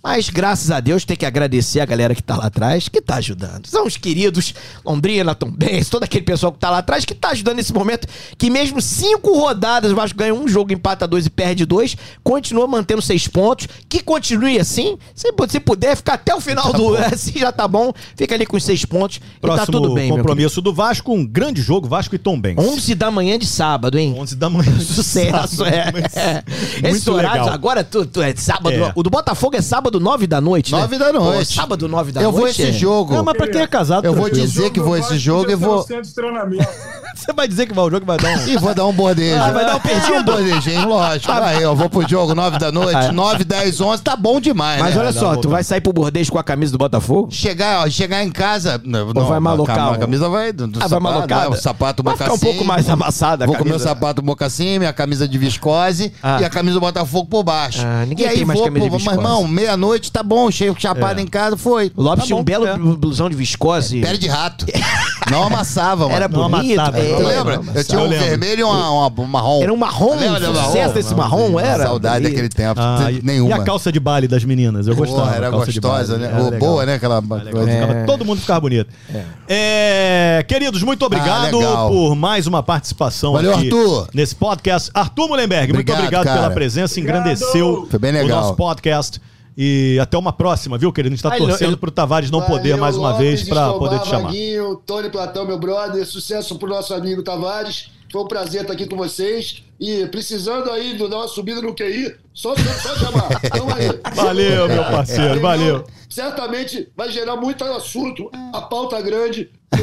Mas graças a Deus tem que agradecer a galera que tá lá atrás, que tá ajudando. São os queridos Londrina, Tom Benz, todo aquele pessoal que tá lá atrás, que tá ajudando nesse momento, que mesmo cinco rodadas, o Vasco ganha um jogo, empata dois e perde dois, continua mantendo seis pontos, que continue assim, se, pu- se puder ficar até o final do... Assim já tá bom, fica ali com os seis pontos
Próximo
e tá tudo bem, meu querido.
compromisso do Vasco, um grande jogo, Vasco e Tom Benz.
11 da manhã de sábado, hein?
11 da manhã.
Sucesso,
Sábado,
é.
mas-
Esses
Muito
horários
legal.
agora, tu, tu- é sábado.
É.
O do Botafogo é sábado, 9 da noite, né?
Nove da
Pô,
noite.
sábado, 9 da
Eu
noite.
vou esse
é.
jogo.
Não, mas pra quem é casado,
Eu vou
tranquilo.
dizer que vou esse jogo e vou-
Você vai dizer que vai ao jogo e vai dar um...
E vou dar um bordejo.
Ah, vai dar um perdido? Ah,
Um bordejinho, lógico. Aí, ó, vou pro jogo, 9 da noite, 9, 10, 11, tá bom demais,
é. Mas
né?
olha só, tu vai sair pro bordejo com a camisa do Botafogo?
Chegar, ó, chegar em casa. Não,
vai
a
malocar,
cam- A
ó.
camisa vai. Do, do
Ah, vai
sapato,
malocada?
né? O sapato
vai ficar
mocassim.
um pouco mais amassada a
Vou comer o
camisa.
sapato mocassim, minha camisa de viscose
Ah.
e a camisa do Botafogo por baixo.
Ah, ninguém
e aí
tem mais
vou,
camisa de
pô,
viscose. É.
Mas, irmão, meia-noite tá bom, cheio de chapada em casa, foi.
Lopes
Tá
tinha um
bom,
belo
é.
blusão de viscose.
Pele de rato. Não amassava, mano.
Era
Era...
Não né?
bonito.
amassava,
é.
não
Tu lembra? Eu tinha um
Eu lembro.
vermelho e uma, uma, um marrom.
Era um marrom,
Lembra do
o
marrom?
sucesso desse marrom, era?
Saudade
bonito.
daquele tempo.
Ah, e,
Nenhuma.
e a calça de baile das meninas? Eu
Porra,
gostava.
era
calça de
gostosa,
baile,
né?
era
Ô,
legal.
boa, né? Aquela
Era legal, É. ficava- todo mundo ficava bonito. É, queridos, muito obrigado
Ah, legal.
por mais uma participação
Valeu,
aqui
Arthur.
nesse podcast. Arthur Mullenberg, muito
Obrigado,
obrigado pela
cara.
presença,
Obrigado.
engrandeceu
Foi
o
bem legal.
nosso podcast. E até uma próxima, viu, querido? A gente tá
Ah, ele não-
torcendo
ele-
pro Tavares não
Valeu,
poder mais uma
Lopes,
vez pra
Escobar,
poder te chamar.
Vaguinho, Tony Platão, meu brother, sucesso pro nosso amigo Tavares. Foi um prazer estar aqui com vocês. E precisando aí do dar uma subida no QI, só, só, só chamar. Tamo aí.
Valeu, meu parceiro, valeu.
Certamente vai gerar muito assunto, a pauta grande.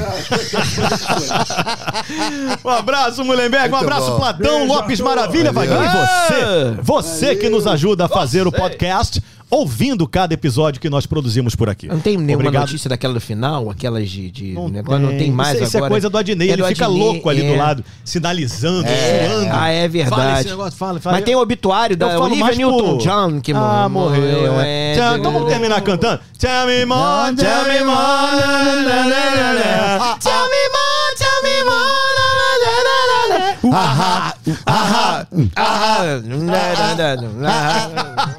pra-
Um abraço, Mullenberg. Um
Muito
abraço,
bom.
Platão,
Beijo,
Lopes
Arthur.
Maravilha,
Valeu.
Vaguinho. E
Ah!
você, você que nos ajuda a fazer o podcast, ouvindo cada episódio que nós produzimos por aqui.
Não tem nenhuma
Obrigado.
notícia daquela do final, aquelas de, de
Não
negócio, não tem mais
isso,
agora.
isso é coisa do Adnei,
É
ele
do
fica
Adnei,
louco ali do
é.
lado, sinalizando,
É.
zoando.
Ah, é verdade.
Fala esse negócio, fala, fala.
Mas tem o obituário da
Eu falo
Olivia
mais pro-
Newton-John que
Ah, morreu, é. Tchau, Então vamos terminar cantando. Tell me more, tell me more, na, na, na, na,
Ah,
na. Tell me more, tell me more, na, na, na, na, na.
Ah, ah, ah, ah, ah, ah, ah, ah, ah, ah, ah.